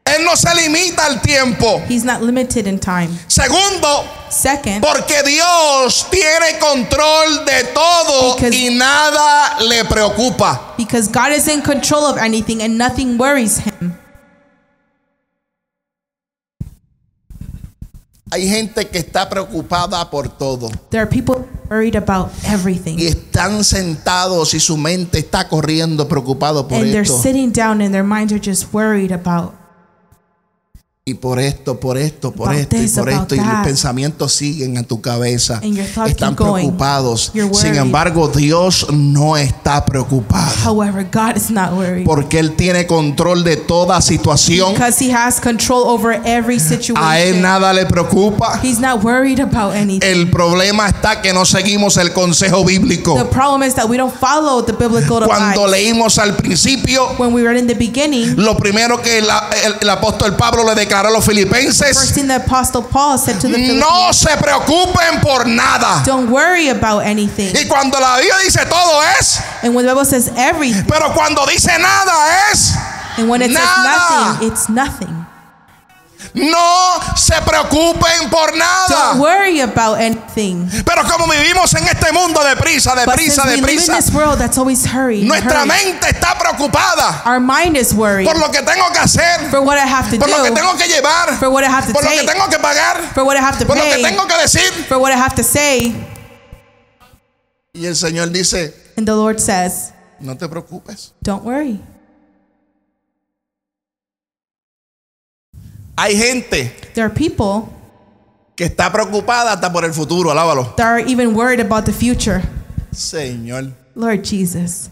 Speaker 2: Él no se limita al tiempo.
Speaker 3: He's not limited in time.
Speaker 2: Segundo,
Speaker 3: Second,
Speaker 2: Porque Dios tiene control de todo
Speaker 3: Because-
Speaker 2: y nada le preocupa.
Speaker 3: because God is in control of anything and nothing worries him.
Speaker 2: Hay gente que está preocupada por todo
Speaker 3: There are people worried about everything.
Speaker 2: y están sentados y su mente está corriendo preocupado por
Speaker 3: and they're
Speaker 2: esto
Speaker 3: sitting down and their minds are just worried about
Speaker 2: y por esto, por esto, por
Speaker 3: About
Speaker 2: esto y
Speaker 3: this,
Speaker 2: por
Speaker 3: about
Speaker 2: esto y los
Speaker 3: that.
Speaker 2: pensamientos siguen en tu cabeza.
Speaker 3: And your thoughts
Speaker 2: Están
Speaker 3: keep going.
Speaker 2: preocupados.
Speaker 3: You're
Speaker 2: Sin
Speaker 3: worried.
Speaker 2: embargo, Dios no está preocupado
Speaker 3: however God is not worried.
Speaker 2: porque él tiene control de toda situación.
Speaker 3: Because he has control over every
Speaker 2: A él
Speaker 3: situation.
Speaker 2: nada le preocupa.
Speaker 3: He's not worried about anything.
Speaker 2: El problema está que no seguimos el consejo
Speaker 3: The
Speaker 2: bíblico.
Speaker 3: problem is that we don't follow the biblical advice.
Speaker 2: Cuando leímos al principio,
Speaker 3: when we read in the beginning,
Speaker 2: lo primero que la- el, el apóstol Pablo le declaró a los
Speaker 3: first
Speaker 2: filipenses,
Speaker 3: thing the apostle Paul said to the
Speaker 2: no
Speaker 3: Philippians,
Speaker 2: se preocupen por nada.
Speaker 3: don't worry about anything.
Speaker 2: Y cuando la Biblia dice todo es,
Speaker 3: And when the Bible says everything,
Speaker 2: pero cuando dice nada es,
Speaker 3: and when it
Speaker 2: Nada.
Speaker 3: says nothing, it's nothing.
Speaker 2: No se preocupen por nada.
Speaker 3: Don't worry about anything.
Speaker 2: Pero como vivimos en este mundo de prisa, de
Speaker 3: But
Speaker 2: prisa,
Speaker 3: since we
Speaker 2: de
Speaker 3: live in
Speaker 2: prisa,
Speaker 3: this world that's always hurry,
Speaker 2: nuestra
Speaker 3: hurry,
Speaker 2: mente está preocupada
Speaker 3: our mind is worried
Speaker 2: por lo que tengo que hacer,
Speaker 3: for what I have to
Speaker 2: por lo que
Speaker 3: do,
Speaker 2: tengo que llevar,
Speaker 3: for what I have to
Speaker 2: por lo que
Speaker 3: take,
Speaker 2: tengo que pagar,
Speaker 3: for what I have to
Speaker 2: por lo que
Speaker 3: pay,
Speaker 2: tengo que decir.
Speaker 3: for what I have to say.
Speaker 2: Y el Señor dice,
Speaker 3: And the Lord says,
Speaker 2: no te preocupes.
Speaker 3: Don't worry.
Speaker 2: Hay gente
Speaker 3: There are people
Speaker 2: que está preocupada hasta por el futuro, alábalo.
Speaker 3: that are even worried about the future.
Speaker 2: Señor,
Speaker 3: Lord Jesus,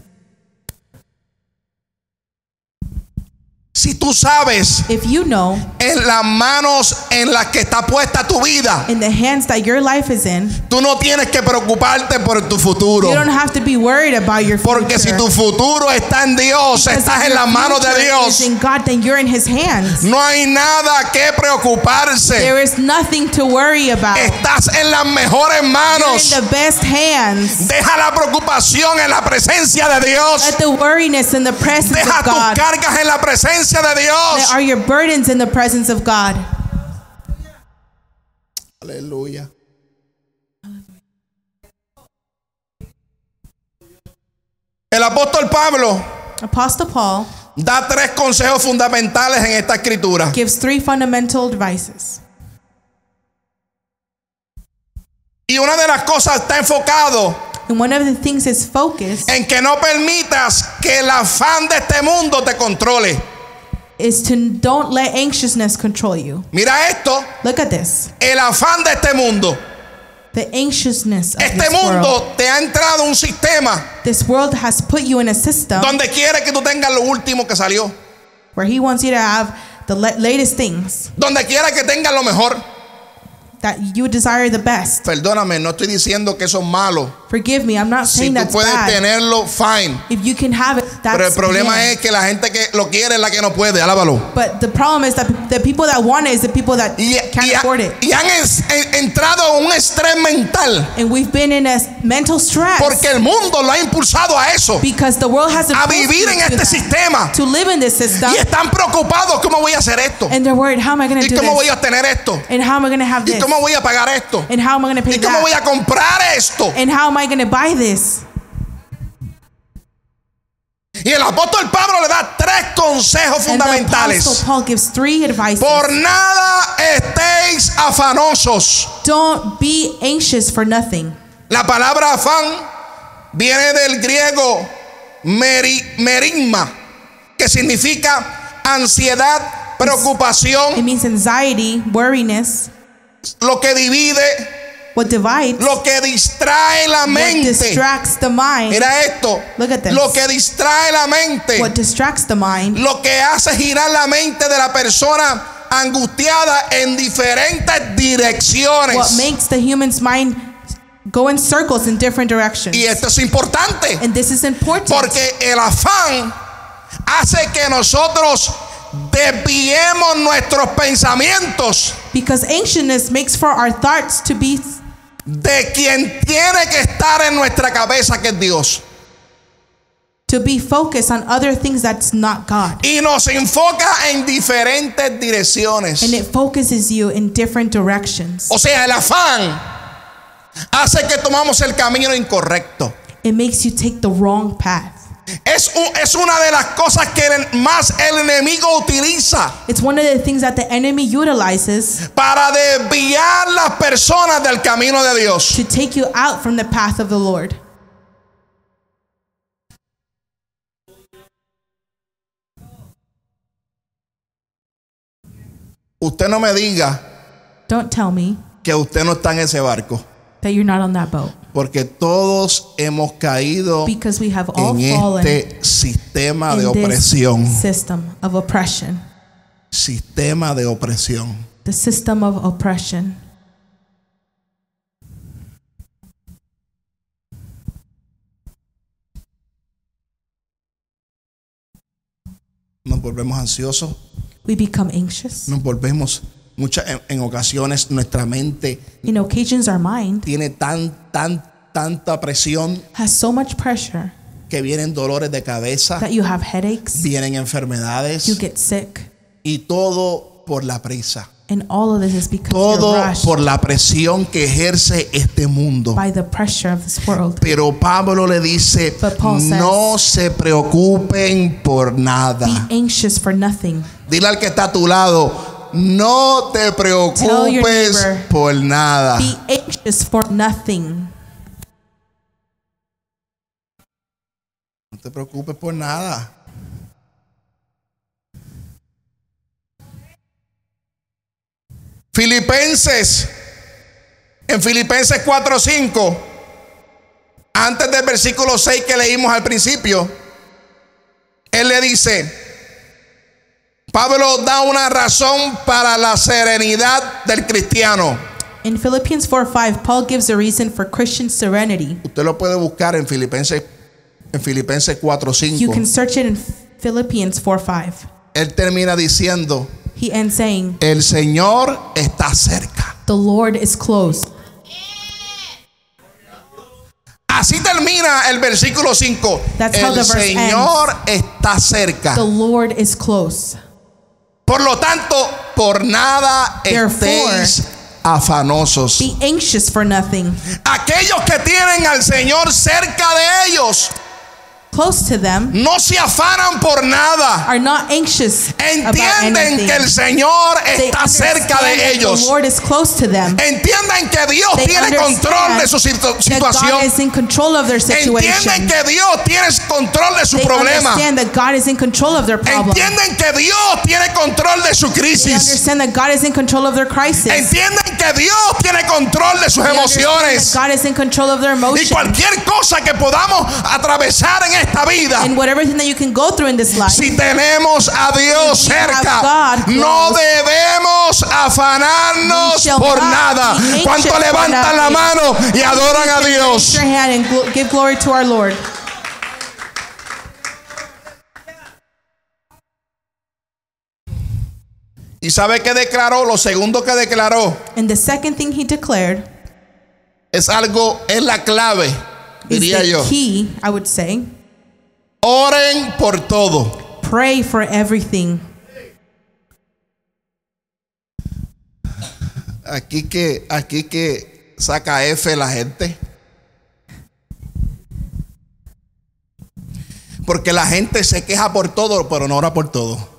Speaker 2: si tú sabes
Speaker 3: if you know
Speaker 2: en las manos en las que está puesta tu vida,
Speaker 3: in the hands that your life is in,
Speaker 2: tú no tienes que preocuparte por tu futuro.
Speaker 3: you don't have to be worried about your future.
Speaker 2: Porque si tu futuro está en Dios,
Speaker 3: Because
Speaker 2: estás
Speaker 3: if
Speaker 2: en
Speaker 3: your
Speaker 2: las manos
Speaker 3: future
Speaker 2: de
Speaker 3: is
Speaker 2: Dios.
Speaker 3: in God, then you're in His hands.
Speaker 2: No hay nada que preocuparse. <laughs>
Speaker 3: There is nothing to worry about.
Speaker 2: Estás en las mejores
Speaker 3: You're in
Speaker 2: manos.
Speaker 3: the best hands.
Speaker 2: Deja la preocupación en la presencia de Dios.
Speaker 3: Let the worriness in the presence
Speaker 2: Deja
Speaker 3: of
Speaker 2: tus
Speaker 3: God.
Speaker 2: cargas en la presencia de Dios.
Speaker 3: Let are your burdens in the presence of God.
Speaker 2: Aleluya. El apóstol Pablo
Speaker 3: Apostle Paul
Speaker 2: da tres consejos fundamentales en esta escritura.
Speaker 3: gives three fundamental advices.
Speaker 2: Y una de las cosas está enfocado
Speaker 3: And one of the things is focus
Speaker 2: en que no permitas que el afán de este mundo te controle.
Speaker 3: is to don't let anxiousness control you.
Speaker 2: Mira esto,
Speaker 3: Look at this.
Speaker 2: el afán de este mundo.
Speaker 3: The anxiousness of
Speaker 2: Este
Speaker 3: this world.
Speaker 2: mundo te ha entrado un sistema
Speaker 3: This world has put you in a system
Speaker 2: donde quiere que tú tengas lo último que salió,
Speaker 3: where he wants you to have the la- latest things
Speaker 2: donde quiere que tengas lo mejor.
Speaker 3: that you desire the best.
Speaker 2: Perdóname, no estoy diciendo que eso es malo.
Speaker 3: Forgive me, I'm not
Speaker 2: Si tú
Speaker 3: saying that's
Speaker 2: puedes
Speaker 3: bad.
Speaker 2: tenerlo, fine.
Speaker 3: If you can have it, that's
Speaker 2: Pero el problema
Speaker 3: bien.
Speaker 2: es que la gente que lo quiere es la que no puede, alábalo.
Speaker 3: But the problem is that the people that want it is the people that
Speaker 2: Y,
Speaker 3: can't
Speaker 2: y ha-
Speaker 3: afford it.
Speaker 2: y han es- en- entrado a un estrés mental
Speaker 3: And we've been in a mental stress
Speaker 2: porque el mundo lo ha impulsado a eso,
Speaker 3: because the world has
Speaker 2: a
Speaker 3: imposed
Speaker 2: vivir
Speaker 3: you
Speaker 2: en este
Speaker 3: to that,
Speaker 2: sistema.
Speaker 3: to live in this system.
Speaker 2: Y están preocupados, ¿cómo voy a hacer esto?
Speaker 3: And they're worried, how am I going to
Speaker 2: ¿Y
Speaker 3: do
Speaker 2: cómo
Speaker 3: this?
Speaker 2: voy a obtener esto?
Speaker 3: and how am I going to have
Speaker 2: ¿Y
Speaker 3: this?
Speaker 2: cómo voy a pagar esto?
Speaker 3: and how am I going to pay
Speaker 2: ¿Y cómo
Speaker 3: that?
Speaker 2: voy a comprar esto?
Speaker 3: and how am I going to buy this?
Speaker 2: Y el apóstol Pablo le da tres consejos
Speaker 3: And the Apostle
Speaker 2: fundamentales.
Speaker 3: Paul gives three advices.
Speaker 2: Por nada estéis afanosos.
Speaker 3: Don't be anxious for nothing.
Speaker 2: La palabra afán viene del griego meri, merigma, que significa ansiedad,
Speaker 3: It
Speaker 2: preocupación,
Speaker 3: means anxiety, worriness,
Speaker 2: lo que divide,
Speaker 3: what divides,
Speaker 2: lo que distrae la
Speaker 3: what
Speaker 2: mente.
Speaker 3: distracts the mind,
Speaker 2: Mira esto,
Speaker 3: Look at this.
Speaker 2: lo que distrae la
Speaker 3: what
Speaker 2: mente,
Speaker 3: distracts the mind,
Speaker 2: lo que hace girar la mente de la persona angustiada en diferentes
Speaker 3: what
Speaker 2: direcciones.
Speaker 3: makes the human's mind go in circles in different directions.
Speaker 2: Y esto es importante.
Speaker 3: And this is important
Speaker 2: Porque el afán hace que nosotros desviemos nuestros pensamientos
Speaker 3: because anxiousness makes for our thoughts to be
Speaker 2: de quien tiene que estar en nuestra cabeza, que es Dios.
Speaker 3: to be focused on other things that's not God.
Speaker 2: Y nos enfoca en diferentes direcciones.
Speaker 3: And it focuses you in different directions.
Speaker 2: O sea, el afán hace que tomamos el camino incorrecto.
Speaker 3: It makes you take the wrong path.
Speaker 2: Es, un- es una de las cosas que el- más el enemigo utiliza
Speaker 3: It's one of the things that the enemy utilizes
Speaker 2: para desviar las personas del camino de Dios.
Speaker 3: to take you out from the path of the Lord.
Speaker 2: Usted no me diga
Speaker 3: Don't tell me
Speaker 2: que usted no está en ese barco,
Speaker 3: that you're not on that boat
Speaker 2: porque todos hemos caído
Speaker 3: because we have all
Speaker 2: en
Speaker 3: fallen
Speaker 2: este sistema de
Speaker 3: in this
Speaker 2: opresión,
Speaker 3: system of oppression.
Speaker 2: sistema de opresión.
Speaker 3: The system of oppression.
Speaker 2: Nos volvemos ansiosos,
Speaker 3: We become anxious.
Speaker 2: nos volvemos muchas en, en ocasiones nuestra mente
Speaker 3: In occasions, our mind
Speaker 2: tiene tan tan tanta presión
Speaker 3: has so much pressure
Speaker 2: que vienen dolores de cabeza,
Speaker 3: that you have headaches,
Speaker 2: vienen
Speaker 3: you
Speaker 2: enfermedades
Speaker 3: get sick,
Speaker 2: y todo por la prisa.
Speaker 3: And all of this is because you're
Speaker 2: Todo
Speaker 3: rushed
Speaker 2: por la presión que ejerce este mundo.
Speaker 3: by the pressure of this world.
Speaker 2: Pero Pablo le dice,
Speaker 3: But Paul says-
Speaker 2: no se preocupen por nada.
Speaker 3: Be anxious for nothing.
Speaker 2: Dile al que está a tu lado, no te
Speaker 3: your
Speaker 2: preocupes
Speaker 3: neighbor,
Speaker 2: por nada.
Speaker 3: Be anxious for nothing.
Speaker 2: No te preocupes por nada. Filipenses, en Filipenses 4:5, antes del versículo 6 que leímos al principio, él le dice: Pablo da una razón para la serenidad del cristiano.
Speaker 3: In Philippians 4 5, Paul gives a reason for Christian serenity.
Speaker 2: Usted lo puede buscar en Filipenses, en Filipenses
Speaker 3: You
Speaker 2: 4:5.
Speaker 3: can search it in Philippians 4 5.
Speaker 2: Él termina diciendo:
Speaker 3: He ends saying,
Speaker 2: El Señor está cerca.
Speaker 3: The Lord is close.
Speaker 2: Así termina el versículo 5.
Speaker 3: That's how the
Speaker 2: El
Speaker 3: verse
Speaker 2: Señor está cerca.
Speaker 3: The Lord is close.
Speaker 2: Por lo tanto, por nada
Speaker 3: Therefore,
Speaker 2: estéis afanosos.
Speaker 3: Be anxious for nothing.
Speaker 2: Aquellos que tienen al Señor cerca de ellos
Speaker 3: Close to them
Speaker 2: no se afanan por nada.
Speaker 3: are not anxious about
Speaker 2: Entienden
Speaker 3: anything.
Speaker 2: que el Señor
Speaker 3: They
Speaker 2: está cerca
Speaker 3: understand
Speaker 2: de
Speaker 3: that The
Speaker 2: ellos.
Speaker 3: Lord is close to them.
Speaker 2: Entienden que Dios
Speaker 3: They
Speaker 2: tiene control
Speaker 3: understand
Speaker 2: de su situ-
Speaker 3: That God
Speaker 2: situación.
Speaker 3: is in control of their
Speaker 2: Entienden
Speaker 3: situation.
Speaker 2: que Dios tiene control de su
Speaker 3: They
Speaker 2: problema.
Speaker 3: understand that God is in control of their problem. They
Speaker 2: Entienden que Dios tiene control de su crisis.
Speaker 3: understand that God is in control of their crisis.
Speaker 2: Entienden que Dios tiene control de sus
Speaker 3: They understand that
Speaker 2: emociones.
Speaker 3: God is in control of their
Speaker 2: Y
Speaker 3: emotions.
Speaker 2: cualquier cosa que podamos atravesar en esta vida,
Speaker 3: And whatever thing that you can go through in this life,
Speaker 2: si tenemos a Dios
Speaker 3: If we have
Speaker 2: cerca,
Speaker 3: God close,
Speaker 2: no debemos afanarnos
Speaker 3: we shall
Speaker 2: por
Speaker 3: not
Speaker 2: nada.
Speaker 3: be anxious
Speaker 2: ¿Cuánto
Speaker 3: for
Speaker 2: levantan la
Speaker 3: nothing?
Speaker 2: mano y adoran a
Speaker 3: raise
Speaker 2: Dios?
Speaker 3: your hand and gl- give glory to our Lord.
Speaker 2: ¿Y sabe qué declaró? Lo segundo que declaró
Speaker 3: And the second thing he declared
Speaker 2: es algo, es la clave,
Speaker 3: is
Speaker 2: diría
Speaker 3: the
Speaker 2: yo.
Speaker 3: key, I would say.
Speaker 2: Oren por todo.
Speaker 3: Pray for everything.
Speaker 2: Aquí que, aquí que saca F la gente. Porque la gente se queja por todo, pero no ora por todo.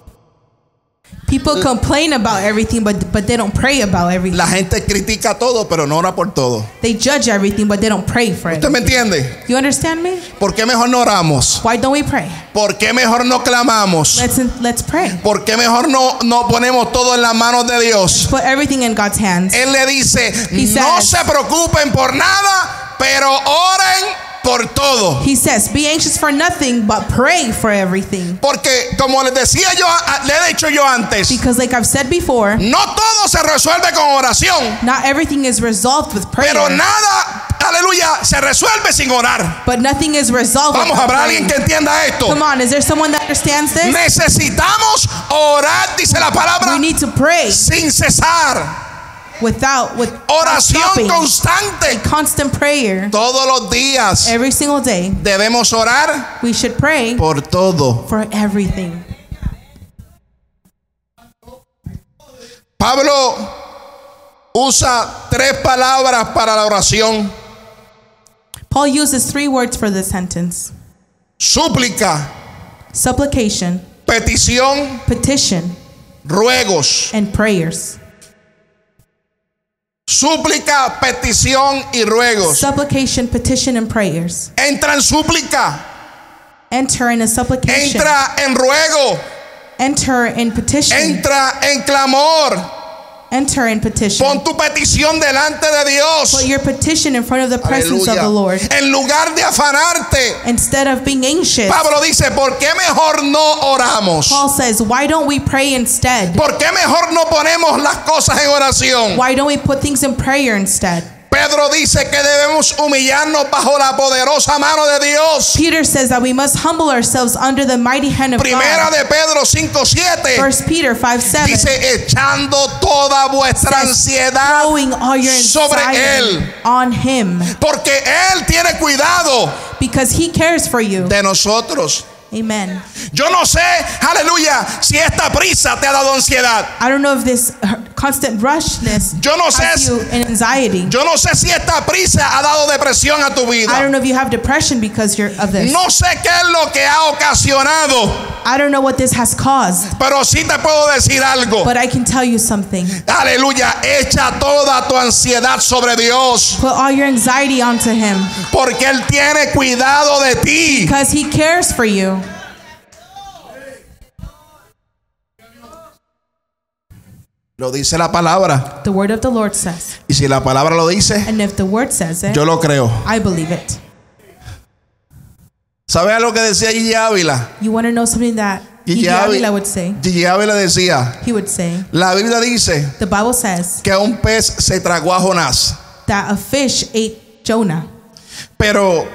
Speaker 3: People complain about everything, but but they don't pray about everything.
Speaker 2: La gente critica todo, pero no ora por todo.
Speaker 3: They judge everything, but they don't pray for it.
Speaker 2: ¿Usted me entiende?
Speaker 3: You understand me?
Speaker 2: ¿Por qué mejor no oramos?
Speaker 3: Why don't we pray?
Speaker 2: ¿Por qué mejor no clamamos?
Speaker 3: Let's let's pray.
Speaker 2: ¿Por qué mejor no, no ponemos todo en las manos de Dios?
Speaker 3: Put everything in God's hands.
Speaker 2: Él le dice,
Speaker 3: He
Speaker 2: no
Speaker 3: says-
Speaker 2: se preocupen por nada, pero oren por todo.
Speaker 3: He says, "Be anxious for nothing, but pray for everything."
Speaker 2: Porque como les decía yo, a- le he dicho yo antes,
Speaker 3: Because, like I've said before,
Speaker 2: No todo se resuelve con oración,
Speaker 3: not everything is resolved with prayer,
Speaker 2: pero nada, aleluya, se resuelve sin orar.
Speaker 3: but nothing is resolved.
Speaker 2: Vamos,
Speaker 3: without
Speaker 2: habrá
Speaker 3: praying.
Speaker 2: alguien que entienda esto.
Speaker 3: Come on, is there someone that understands this?
Speaker 2: Necesitamos orar, dice la palabra,
Speaker 3: We need to pray
Speaker 2: sin cesar.
Speaker 3: without with
Speaker 2: Oración
Speaker 3: stopping.
Speaker 2: constante.
Speaker 3: constant prayer
Speaker 2: Todos los días
Speaker 3: every single day.
Speaker 2: debemos orar
Speaker 3: We should pray
Speaker 2: por todo.
Speaker 3: for everything.
Speaker 2: Pablo usa tres palabras para la oración.
Speaker 3: Paul uses three words for this sentence:
Speaker 2: Súplica,
Speaker 3: supplication,
Speaker 2: petición,
Speaker 3: petition,
Speaker 2: ruegos.
Speaker 3: and prayers.
Speaker 2: Súplica, petición y ruegos.
Speaker 3: Supplication, petition, and prayers.
Speaker 2: Entra en súplica,
Speaker 3: Enter in a supplication.
Speaker 2: entra en ruego,
Speaker 3: Enter in petition.
Speaker 2: entra en clamor.
Speaker 3: Enter in petition.
Speaker 2: Pon tu petición delante de Dios.
Speaker 3: Put your petition in front of the presence of
Speaker 2: Aleluya.
Speaker 3: the Lord.
Speaker 2: En lugar de afanarte,
Speaker 3: Instead of being anxious,
Speaker 2: Pablo dice, ¿por qué mejor no oramos?
Speaker 3: Paul says, Why don't we pray instead?
Speaker 2: ¿Por qué mejor no ponemos las cosas en oración?
Speaker 3: Why don't we put things in prayer instead?
Speaker 2: Pedro dice que debemos humillarnos bajo la poderosa mano de Dios.
Speaker 3: Peter says that we must humble ourselves under the mighty hand of
Speaker 2: Primera
Speaker 3: God.
Speaker 2: de Pedro 5:7
Speaker 3: First Peter 5 7.
Speaker 2: dice, echando toda vuestra ansiedad
Speaker 3: Throwing all your
Speaker 2: sobre
Speaker 3: anxiety
Speaker 2: él.
Speaker 3: on him
Speaker 2: Porque Él tiene cuidado
Speaker 3: because he cares for you.
Speaker 2: de nosotros.
Speaker 3: Amen.
Speaker 2: Yo no sé, aleluya, si esta prisa te ha dado ansiedad.
Speaker 3: I don't know if this hur- constant rushness
Speaker 2: Yo no sé
Speaker 3: has
Speaker 2: si-
Speaker 3: you in anxiety.
Speaker 2: Yo no sé si esta prisa ha dado depresión a tu
Speaker 3: I
Speaker 2: vida.
Speaker 3: don't know if you have depression because you're of this.
Speaker 2: No sé qué es lo que ha ocasionado,
Speaker 3: I don't know what this has caused,
Speaker 2: pero sí te puedo decir algo.
Speaker 3: but I can tell you something.
Speaker 2: Aleluya, echa toda tu ansiedad sobre Dios,
Speaker 3: Put all your anxiety onto him
Speaker 2: porque Él tiene cuidado de ti.
Speaker 3: because he cares for you.
Speaker 2: Lo dice la palabra.
Speaker 3: The word of the Lord says.
Speaker 2: Y si la palabra lo dice,
Speaker 3: And if the word says it,
Speaker 2: yo lo creo.
Speaker 3: I believe it.
Speaker 2: ¿Sabes lo que decía Gigi Ávila?
Speaker 3: You want to know something that
Speaker 2: Gigi
Speaker 3: Gigi
Speaker 2: Ávila-
Speaker 3: Ávila would say?
Speaker 2: Gigi Ávila decía,
Speaker 3: He would say,
Speaker 2: la Biblia dice
Speaker 3: The Bible says
Speaker 2: que un pez se tragó a Jonás,
Speaker 3: that a fish ate Jonah.
Speaker 2: pero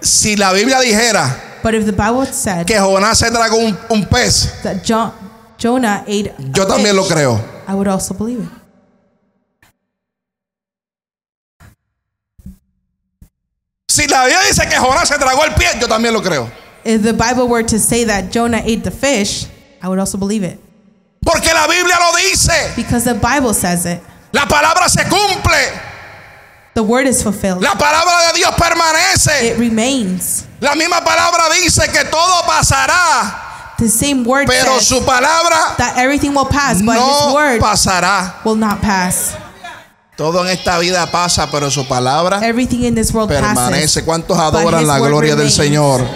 Speaker 2: si la Biblia dijera
Speaker 3: But if the Bible said
Speaker 2: que Jonás se tragó un, un pez,
Speaker 3: that jo- Jonah ate a
Speaker 2: yo también lo
Speaker 3: fish,
Speaker 2: creo.
Speaker 3: I would also believe it.
Speaker 2: Si la Biblia dice que Jonás se tragó el pie, yo también lo creo.
Speaker 3: If the Bible were to say that Jonah ate the fish, I would also believe it.
Speaker 2: Porque la Biblia lo dice.
Speaker 3: Because the Bible says it.
Speaker 2: La palabra se cumple.
Speaker 3: The word is fulfilled.
Speaker 2: La palabra de Dios permanece.
Speaker 3: It remains.
Speaker 2: La misma palabra dice que todo pasará,
Speaker 3: The same word
Speaker 2: pero
Speaker 3: says
Speaker 2: su palabra
Speaker 3: that everything will pass, but his
Speaker 2: no
Speaker 3: word
Speaker 2: pasará.
Speaker 3: will not pass.
Speaker 2: Todo en esta vida pasa, pero su palabra
Speaker 3: Everything in this world passes.
Speaker 2: permanece. ¿Cuántos
Speaker 3: but
Speaker 2: adoran
Speaker 3: his
Speaker 2: la
Speaker 3: word
Speaker 2: gloria del
Speaker 3: remains.
Speaker 2: Señor?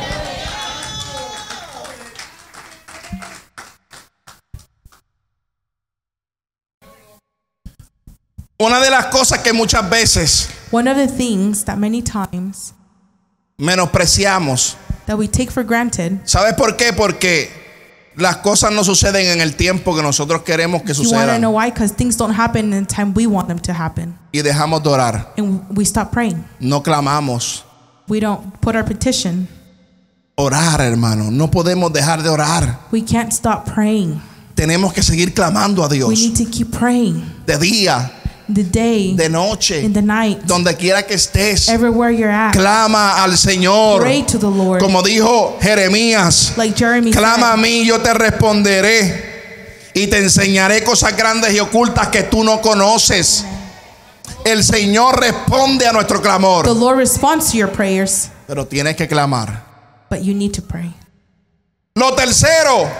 Speaker 2: Una de las cosas que muchas veces
Speaker 3: One of the things that many times
Speaker 2: menospreciamos
Speaker 3: that we take for granted,
Speaker 2: ¿Sabes por qué? Porque las cosas no suceden en el tiempo que nosotros queremos que
Speaker 3: you want to
Speaker 2: sucedan
Speaker 3: know why? Because things don't happen in the time we want them to happen.
Speaker 2: y dejamos de orar,
Speaker 3: And we stop praying.
Speaker 2: no clamamos.
Speaker 3: We don't put our petition.
Speaker 2: Orar, hermano, no podemos dejar de orar.
Speaker 3: We can't stop praying.
Speaker 2: Tenemos que seguir clamando a
Speaker 3: We
Speaker 2: Dios
Speaker 3: need to keep praying.
Speaker 2: de día,
Speaker 3: The day,
Speaker 2: de noche,
Speaker 3: in the night,
Speaker 2: donde quiera que estés.
Speaker 3: everywhere you're at.
Speaker 2: Clama al Señor.
Speaker 3: Pray to the Lord.
Speaker 2: Como dijo Jeremías,
Speaker 3: Like Jeremy
Speaker 2: clama a
Speaker 3: said,
Speaker 2: mí, yo te responderé y te enseñaré cosas grandes y ocultas que tú no conoces. El Señor responde a nuestro clamor.
Speaker 3: the Lord responds to your prayers,
Speaker 2: pero tienes que clamar.
Speaker 3: but you need to pray.
Speaker 2: Lo tercero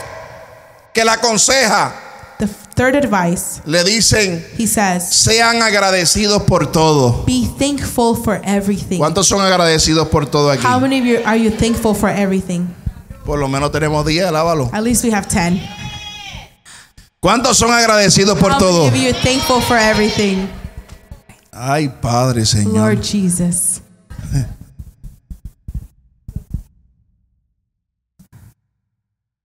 Speaker 2: que la aconseja,
Speaker 3: The third advice,
Speaker 2: le dicen,
Speaker 3: he says,
Speaker 2: sean agradecidos por todo.
Speaker 3: be thankful for everything.
Speaker 2: ¿Cuántos son agradecidos por todo aquí?
Speaker 3: How many of you are you thankful for everything?
Speaker 2: Por lo menos tenemos 10, alábalo.
Speaker 3: At least we have 10.
Speaker 2: ¿Cuántos son agradecidos por
Speaker 3: How
Speaker 2: todo?
Speaker 3: many of you are thankful for everything?
Speaker 2: Ay, Padre Señor.
Speaker 3: Lord Jesus.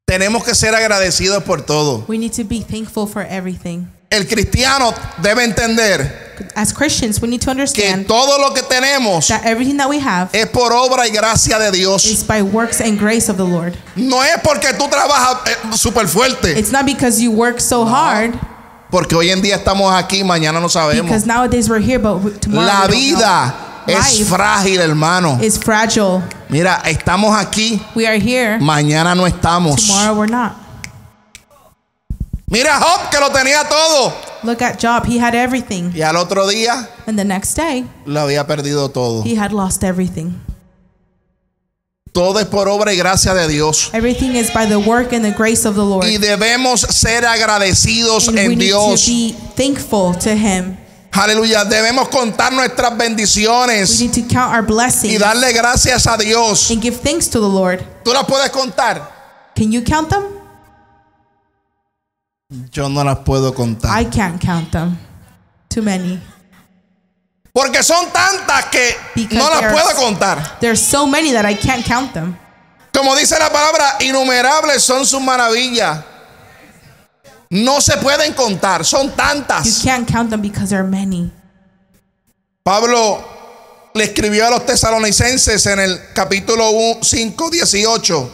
Speaker 2: Tenemos que ser agradecidos por todo.
Speaker 3: We need to be thankful for everything.
Speaker 2: El cristiano debe entender
Speaker 3: As Christians, we need to
Speaker 2: que
Speaker 3: understand
Speaker 2: todo lo que tenemos
Speaker 3: that everything that we have
Speaker 2: es por obra y gracia de Dios.
Speaker 3: is by works and grace of the Lord.
Speaker 2: No es porque tú trabajas eh, súper fuerte,
Speaker 3: It's not because you work so hard,
Speaker 2: porque hoy en día estamos aquí, mañana no sabemos.
Speaker 3: because nowadays we're here, but we- tomorrow
Speaker 2: La
Speaker 3: we don't
Speaker 2: vida
Speaker 3: know.
Speaker 2: es
Speaker 3: Life
Speaker 2: frágil, hermano.
Speaker 3: is fragile.
Speaker 2: Mira, estamos aquí,
Speaker 3: We are here,
Speaker 2: mañana no estamos.
Speaker 3: tomorrow we're not.
Speaker 2: Mira a Job que lo tenía todo
Speaker 3: Look at Job, he had everything,
Speaker 2: y al otro día
Speaker 3: and the next day
Speaker 2: lo había perdido todo.
Speaker 3: he had lost everything.
Speaker 2: Todo es por obra y gracia de Dios.
Speaker 3: Everything is by the work and the grace of the Lord.
Speaker 2: Y debemos ser agradecidos
Speaker 3: And we
Speaker 2: en
Speaker 3: need to
Speaker 2: Dios.
Speaker 3: be thankful to Him.
Speaker 2: Aleluya, debemos contar nuestras
Speaker 3: We
Speaker 2: bendiciones
Speaker 3: need to count our
Speaker 2: y
Speaker 3: blessings
Speaker 2: darle gracias a Dios.
Speaker 3: and give thanks to the Lord.
Speaker 2: ¿Tú las puedes contar?
Speaker 3: Can you count them?
Speaker 2: Yo no las puedo contar.
Speaker 3: I can't count them. Too many.
Speaker 2: Porque son tantas que
Speaker 3: Because
Speaker 2: no las
Speaker 3: there's-
Speaker 2: puedo contar.
Speaker 3: There's so many that I can't count them.
Speaker 2: Como dice la palabra, innumerables son sus maravillas. No se pueden contar, son
Speaker 3: You
Speaker 2: tantas.
Speaker 3: can't count them because there are many.
Speaker 2: Pablo le escribió a los tesalonicenses en el capítulo 1, 5, 18.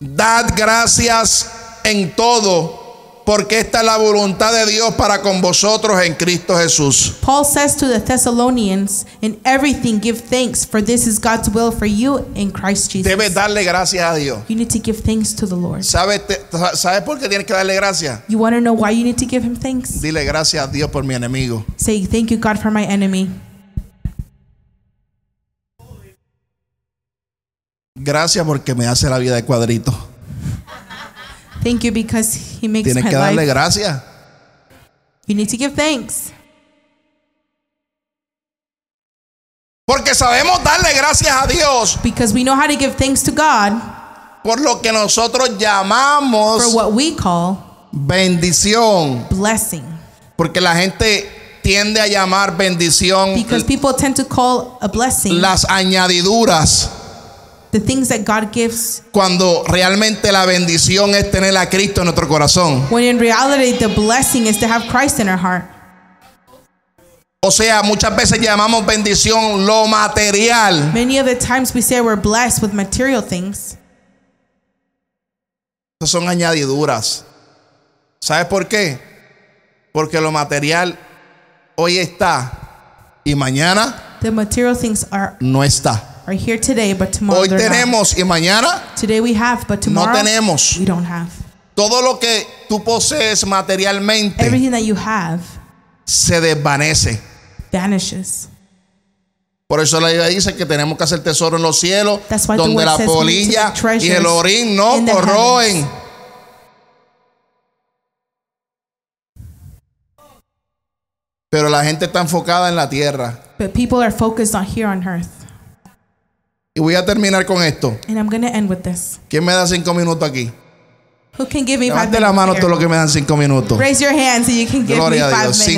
Speaker 2: Dad gracias en todo, porque esta es la voluntad de Dios para con vosotros en Cristo Jesús.
Speaker 3: Paul says to the Thessalonians, In everything give thanks, for this is God's will for you in Christ Jesus.
Speaker 2: Debes darle gracias a Dios.
Speaker 3: You need to give thanks to the Lord.
Speaker 2: ¿Sabes, te- sa- ¿Sabes por qué tienes que darle gracias?
Speaker 3: You want to know why you need to give him thanks?
Speaker 2: Dile gracias a Dios por mi enemigo.
Speaker 3: Say, Thank you, God, for my enemy.
Speaker 2: Gracias porque me hace la vida de cuadrito.
Speaker 3: Thank you because he makes
Speaker 2: Tienes
Speaker 3: my
Speaker 2: que darle
Speaker 3: life.
Speaker 2: gracias.
Speaker 3: You need to give thanks
Speaker 2: Porque sabemos darle gracias a Dios
Speaker 3: because we know how to give thanks to God
Speaker 2: por lo que nosotros
Speaker 3: for
Speaker 2: llamamos
Speaker 3: what we call
Speaker 2: bendición.
Speaker 3: blessing.
Speaker 2: Porque la gente tiende a llamar bendición
Speaker 3: Because people tend to call a blessing
Speaker 2: las añadiduras.
Speaker 3: the things that God gives,
Speaker 2: Cuando realmente la bendición es tener a Cristo en nuestro corazón.
Speaker 3: when in reality, the blessing is to have Christ in our heart.
Speaker 2: O sea, muchas veces llamamos bendición lo material.
Speaker 3: Many of the times we say we're blessed with material things
Speaker 2: Esas son añadiduras. ¿Sabes por qué? Porque lo material hoy está y mañana
Speaker 3: The material things are
Speaker 2: no está.
Speaker 3: are here today, but tomorrow
Speaker 2: Hoy
Speaker 3: they're not.
Speaker 2: tenemos y mañana
Speaker 3: Today we have, but tomorrow
Speaker 2: tenemos.
Speaker 3: we don't have.
Speaker 2: todo lo que tú posees materialmente
Speaker 3: Everything that you have
Speaker 2: se desvanece.
Speaker 3: vanishes.
Speaker 2: Por eso la Biblia dice que tenemos que hacer tesoro en los cielos,
Speaker 3: That's why the
Speaker 2: donde
Speaker 3: word
Speaker 2: la
Speaker 3: says we need to
Speaker 2: polilla
Speaker 3: make treasures
Speaker 2: y el orín no
Speaker 3: in the
Speaker 2: corroen.
Speaker 3: heavens.
Speaker 2: Pero la gente está enfocada en la tierra.
Speaker 3: But people are focused on here on earth.
Speaker 2: Y voy a terminar con esto.
Speaker 3: And I'm gonna end with this.
Speaker 2: ¿Quién me da cinco minutos aquí?
Speaker 3: Who can give me five
Speaker 2: Levante la
Speaker 3: minutes
Speaker 2: mano
Speaker 3: here?
Speaker 2: todo lo que me dan cinco minutos.
Speaker 3: Raise your hand so you can give
Speaker 2: Gloria
Speaker 3: me
Speaker 2: a
Speaker 3: five
Speaker 2: Dios. 5,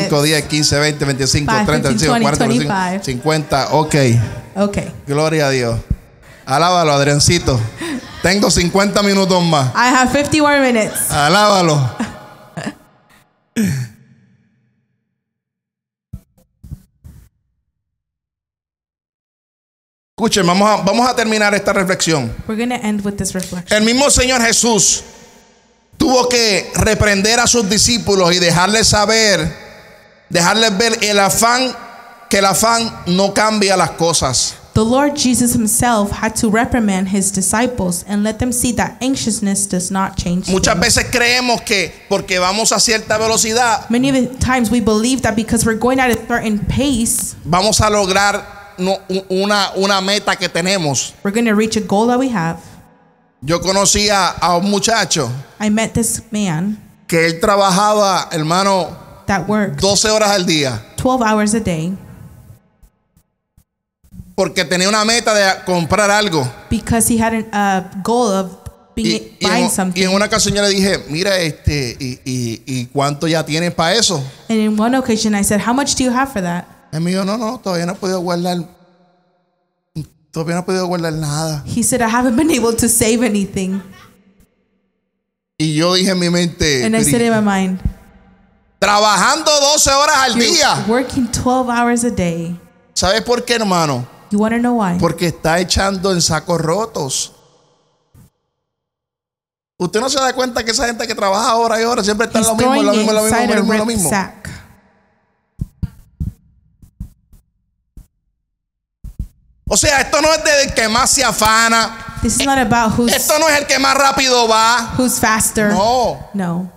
Speaker 2: 10,
Speaker 3: minutes.
Speaker 2: 15, 20, 25,
Speaker 3: Five,
Speaker 2: 30,
Speaker 3: 15,
Speaker 2: 35, 40,
Speaker 3: 20,
Speaker 2: 45, 50.
Speaker 3: 25.
Speaker 2: Ok.
Speaker 3: Okay.
Speaker 2: Gloria a Dios. Alábalo, Adriancito. Tengo 50 minutos más.
Speaker 3: I have 51 minutes.
Speaker 2: Alábalo. Escuchen, vamos a, vamos a terminar esta reflexión.
Speaker 3: We're gonna end with this reflection.
Speaker 2: El mismo Señor Jesús tuvo que reprender a sus discípulos y dejarles saber, dejarles ver el afán, que el afán no cambia las cosas.
Speaker 3: The Lord Jesus himself had to reprimand his disciples and let them see that anxiousness does not change.
Speaker 2: Muchas
Speaker 3: things.
Speaker 2: veces creemos que porque vamos a cierta velocidad
Speaker 3: Many of the times we believe that because we're going at a certain pace,
Speaker 2: vamos a lograr no- u- una, una meta que tenemos.
Speaker 3: we're going to reach a goal that we have.
Speaker 2: Yo conocía a un muchacho
Speaker 3: I met this man
Speaker 2: que él trabajaba, hermano,
Speaker 3: that worked
Speaker 2: 12 horas al día
Speaker 3: 12 hours a day
Speaker 2: porque tenía una meta de comprar algo.
Speaker 3: because he had a uh, goal of
Speaker 2: Y,
Speaker 3: being,
Speaker 2: y
Speaker 3: buying
Speaker 2: en,
Speaker 3: something.
Speaker 2: y en una ocasión yo le dije, mira, este, y, y- y cuánto ya tienes para eso?
Speaker 3: and in one occasion, I said, How much do you have for that?
Speaker 2: Él me dijo, no, no, todavía no he podido guardar, todavía no he podido guardar nada.
Speaker 3: He said, I haven't <laughs> been able to save anything.
Speaker 2: Y yo dije en mi mente,
Speaker 3: And I said in my
Speaker 2: Eh, "Pero,
Speaker 3: mind,
Speaker 2: trabajando 12 horas al
Speaker 3: You're
Speaker 2: día.
Speaker 3: working 12 hours a day.
Speaker 2: ¿Sabes por qué, hermano?
Speaker 3: You want to know why?
Speaker 2: Porque está echando en sacos rotos. Usted no se da cuenta que esa gente que trabaja horas y horas siempre está en
Speaker 3: He's
Speaker 2: lo mismo,
Speaker 3: throwing
Speaker 2: lo
Speaker 3: it
Speaker 2: mismo, lo mismo,
Speaker 3: inside
Speaker 2: lo
Speaker 3: a
Speaker 2: mismo, lo mismo.
Speaker 3: rucksack.
Speaker 2: O sea, esto no es del que más se afana,
Speaker 3: This is not about who's,
Speaker 2: Eh, esto no es el que más rápido va.
Speaker 3: who's faster.
Speaker 2: No.
Speaker 3: No.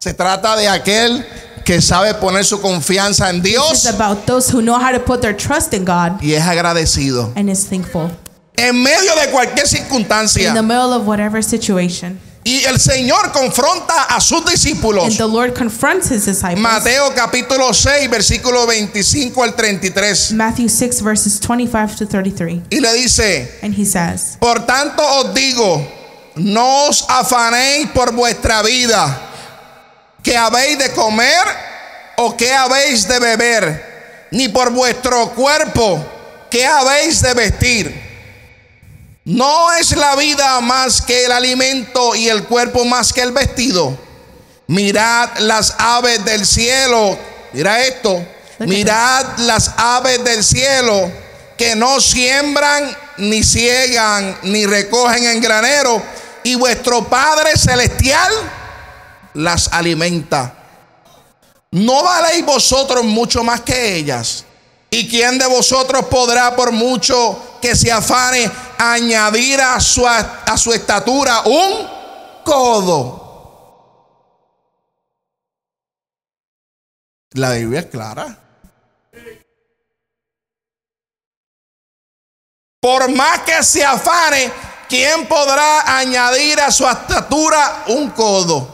Speaker 2: Se trata de aquel que sabe poner su confianza en
Speaker 3: It's
Speaker 2: Dios
Speaker 3: about those who know how to put their trust in God
Speaker 2: y es agradecido.
Speaker 3: and is thankful
Speaker 2: En medio de cualquier
Speaker 3: in the
Speaker 2: circunstancia.
Speaker 3: middle of whatever situation.
Speaker 2: Y el Señor confronta a sus
Speaker 3: And
Speaker 2: discípulos.
Speaker 3: the Lord confronts his disciples.
Speaker 2: Mateo capítulo 6, versículo 25 al 33.
Speaker 3: Matthew 6, verses 25 to 33.
Speaker 2: Y le dice,
Speaker 3: And he says,
Speaker 2: por tanto os digo, no os afanéis por vuestra vida, que habéis de comer o que habéis de beber, ni por vuestro cuerpo, que habéis de vestir. ¿No es la vida más que el alimento y el cuerpo más que el vestido? Mirad las aves del cielo. Mira esto.
Speaker 3: at
Speaker 2: Mirad las aves del cielo que no siembran, ni ciegan, ni recogen en granero. Y vuestro Padre Celestial las alimenta. ¿No valéis vosotros mucho más que ellas? ¿Y quién de vosotros podrá, por mucho que se afane, añadir a su, a su estatura un codo? La Biblia es clara. Por más que se afane, ¿quién podrá añadir a su estatura un codo?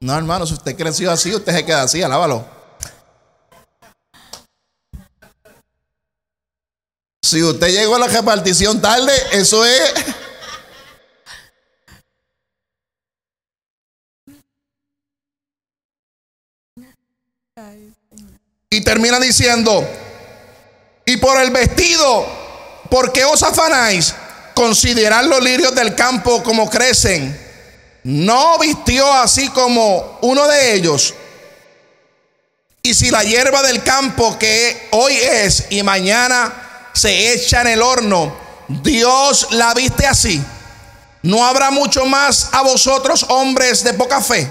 Speaker 2: No, hermano, si usted creció así, usted se queda así, alábalo. Si usted llegó a la repartición tarde, eso es. Y termina diciendo, y por el vestido ¿Por qué os afanáis? Considerad los lirios del campo como crecen. No vistió así como uno de ellos. Y si la hierba del campo que hoy es y mañana se echa en el horno, Dios la viste así. No habrá mucho más a vosotros hombres de poca fe.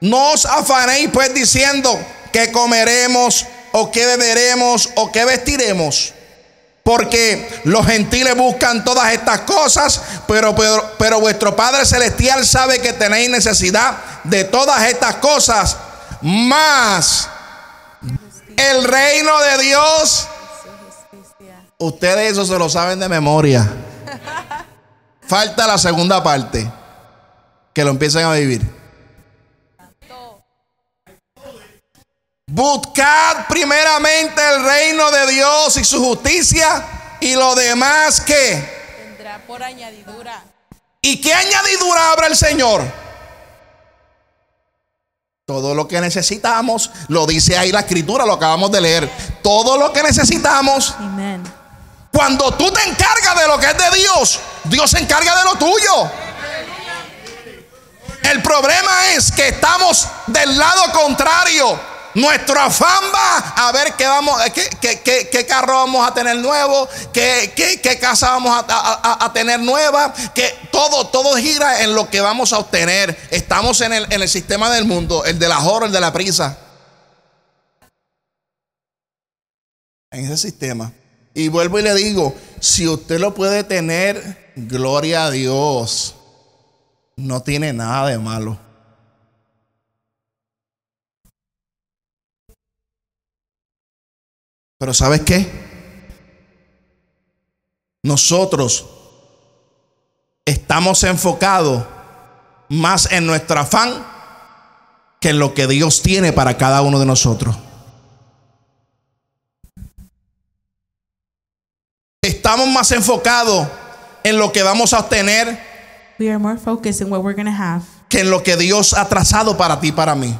Speaker 2: No os afanéis pues diciendo que comeremos o que beberemos o que vestiremos. Porque los gentiles buscan todas estas cosas, pero, pero, pero, vuestro Padre Celestial sabe que tenéis necesidad de todas estas cosas. Más el reino de Dios. Ustedes eso se lo saben de memoria. Falta la segunda parte. Que lo empiecen a vivir. Buscad primeramente el reino de Dios y su justicia y lo demás que.
Speaker 3: Tendrá por añadidura.
Speaker 2: ¿Y qué añadidura habrá el Señor? Todo lo que necesitamos, lo dice ahí la escritura, lo acabamos de leer. Todo lo que necesitamos,
Speaker 3: Amén.
Speaker 2: cuando tú te encargas de lo que es de Dios, Dios se encarga de lo tuyo. El problema es que estamos del lado contrario. Nuestro afán va a ver qué, vamos, eh, qué, qué- qué- qué carro vamos a tener nuevo, qué, qué- qué casa vamos a, a- a- a tener nueva, que todo, todo gira en lo que vamos a obtener. Estamos en el, en el sistema del mundo, el de la hora, el de la prisa. En ese sistema. Y vuelvo y le digo, si usted lo puede tener, gloria a Dios. No tiene nada de malo. Pero ¿sabes qué? Nosotros estamos enfocados más en nuestro afán que en lo que Dios tiene para cada uno de nosotros. Estamos más enfocados en lo que vamos a obtener
Speaker 3: We are more focused on what we're going to have
Speaker 2: que en lo que Dios ha trazado para ti y para mí.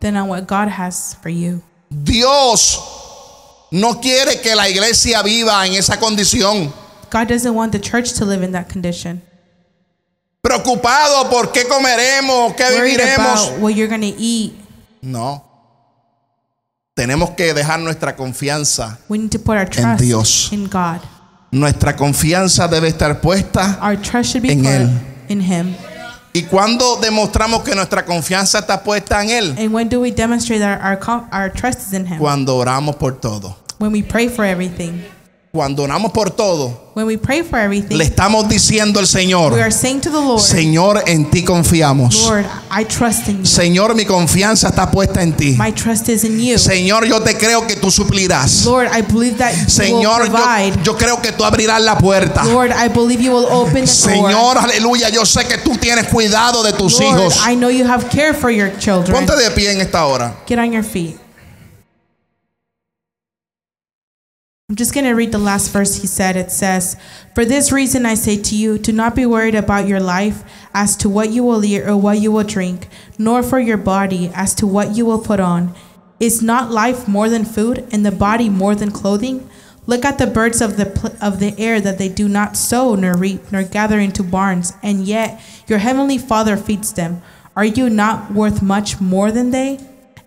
Speaker 3: than on what God has for you.
Speaker 2: Dios no quiere que la iglesia viva en esa condición.
Speaker 3: God doesn't want the church to live in that condition.
Speaker 2: preocupado por qué comeremos, qué
Speaker 3: Worried
Speaker 2: viviremos.
Speaker 3: about what you're going to eat.
Speaker 2: No. Tenemos que dejar nuestra confianza.
Speaker 3: We need to put our trust
Speaker 2: Dios.
Speaker 3: in God.
Speaker 2: Nuestra confianza debe estar puesta.
Speaker 3: Our trust should be
Speaker 2: En
Speaker 3: put
Speaker 2: Él.
Speaker 3: in Him.
Speaker 2: Y cuando demostramos que nuestra confianza está puesta en Él,
Speaker 3: And when do we demonstrate that our, com- our trust is in Him?
Speaker 2: cuando oramos por todo.
Speaker 3: When we pray for everything.
Speaker 2: Cuando oramos por todo,
Speaker 3: When we pray for everything,
Speaker 2: le estamos diciendo al
Speaker 3: we
Speaker 2: Señor,
Speaker 3: are saying to the Lord,
Speaker 2: Señor, en ti confiamos.
Speaker 3: Lord, I trust in you.
Speaker 2: Señor, mi confianza está puesta en ti.
Speaker 3: My trust is in you.
Speaker 2: Señor, yo te creo que tú suplirás.
Speaker 3: Lord, I believe that you will
Speaker 2: Señor,
Speaker 3: provide.
Speaker 2: yo, yo creo que tú abrirás la puerta.
Speaker 3: Lord, I believe you will open the door.
Speaker 2: Señor, aleluya, yo sé que tú tienes cuidado de tus
Speaker 3: Lord,
Speaker 2: hijos.
Speaker 3: I know you have care for your children.
Speaker 2: Ponte de pie en esta hora.
Speaker 3: Get on your feet. I'm just going to read the last verse he said. It says, For this reason I say to you, do not be worried about your life as to what you will eat or what you will drink, nor for your body as to what you will put on. Is not life more than food, and the body more than clothing? Look at the birds of the, pl- of the air that they do not sow, nor reap, nor gather into barns, and yet your heavenly Father feeds them. Are you not worth much more than they?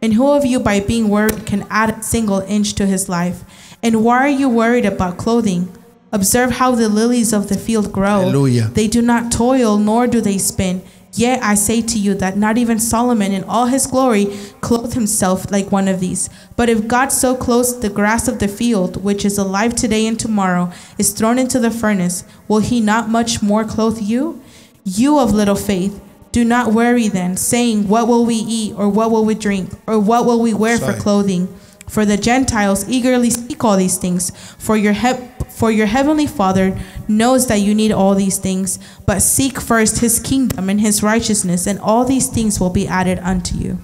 Speaker 3: And who of you, by being worried, can add a single inch to his life? And why are you worried about clothing? Observe how the lilies of the field grow.
Speaker 2: Hallelujah.
Speaker 3: They do not toil, nor do they spin. Yet I say to you that not even Solomon in all his glory clothed himself like one of these. But if God so clothes the grass of the field, which is alive today and tomorrow, is thrown into the furnace, will he not much more clothe you? You of little faith, do not worry then, saying, What will we eat, or what will we drink, or what will we wear for
Speaker 2: Sorry.
Speaker 3: clothing? For the Gentiles eagerly seek all these things, for your hep- for your heavenly Father knows that you need all these things, but seek first his kingdom and his righteousness, and all these things will be added unto you.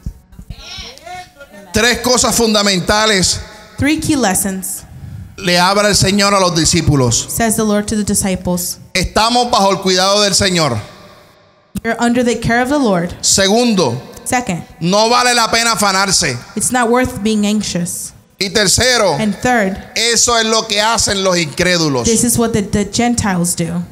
Speaker 2: Tres cosas fundamentales
Speaker 3: Three key lessons,
Speaker 2: le habla el Señor a los discípulos.
Speaker 3: says the Lord to the disciples.
Speaker 2: Estamos bajo el cuidado del Señor.
Speaker 3: You're under the care of the Lord.
Speaker 2: Segundo,
Speaker 3: Second,
Speaker 2: no vale la pena afanarse.
Speaker 3: it's not worth being anxious.
Speaker 2: Y tercero,
Speaker 3: And third,
Speaker 2: eso es lo que hacen los incrédulos.
Speaker 3: this is what the, the Gentiles do.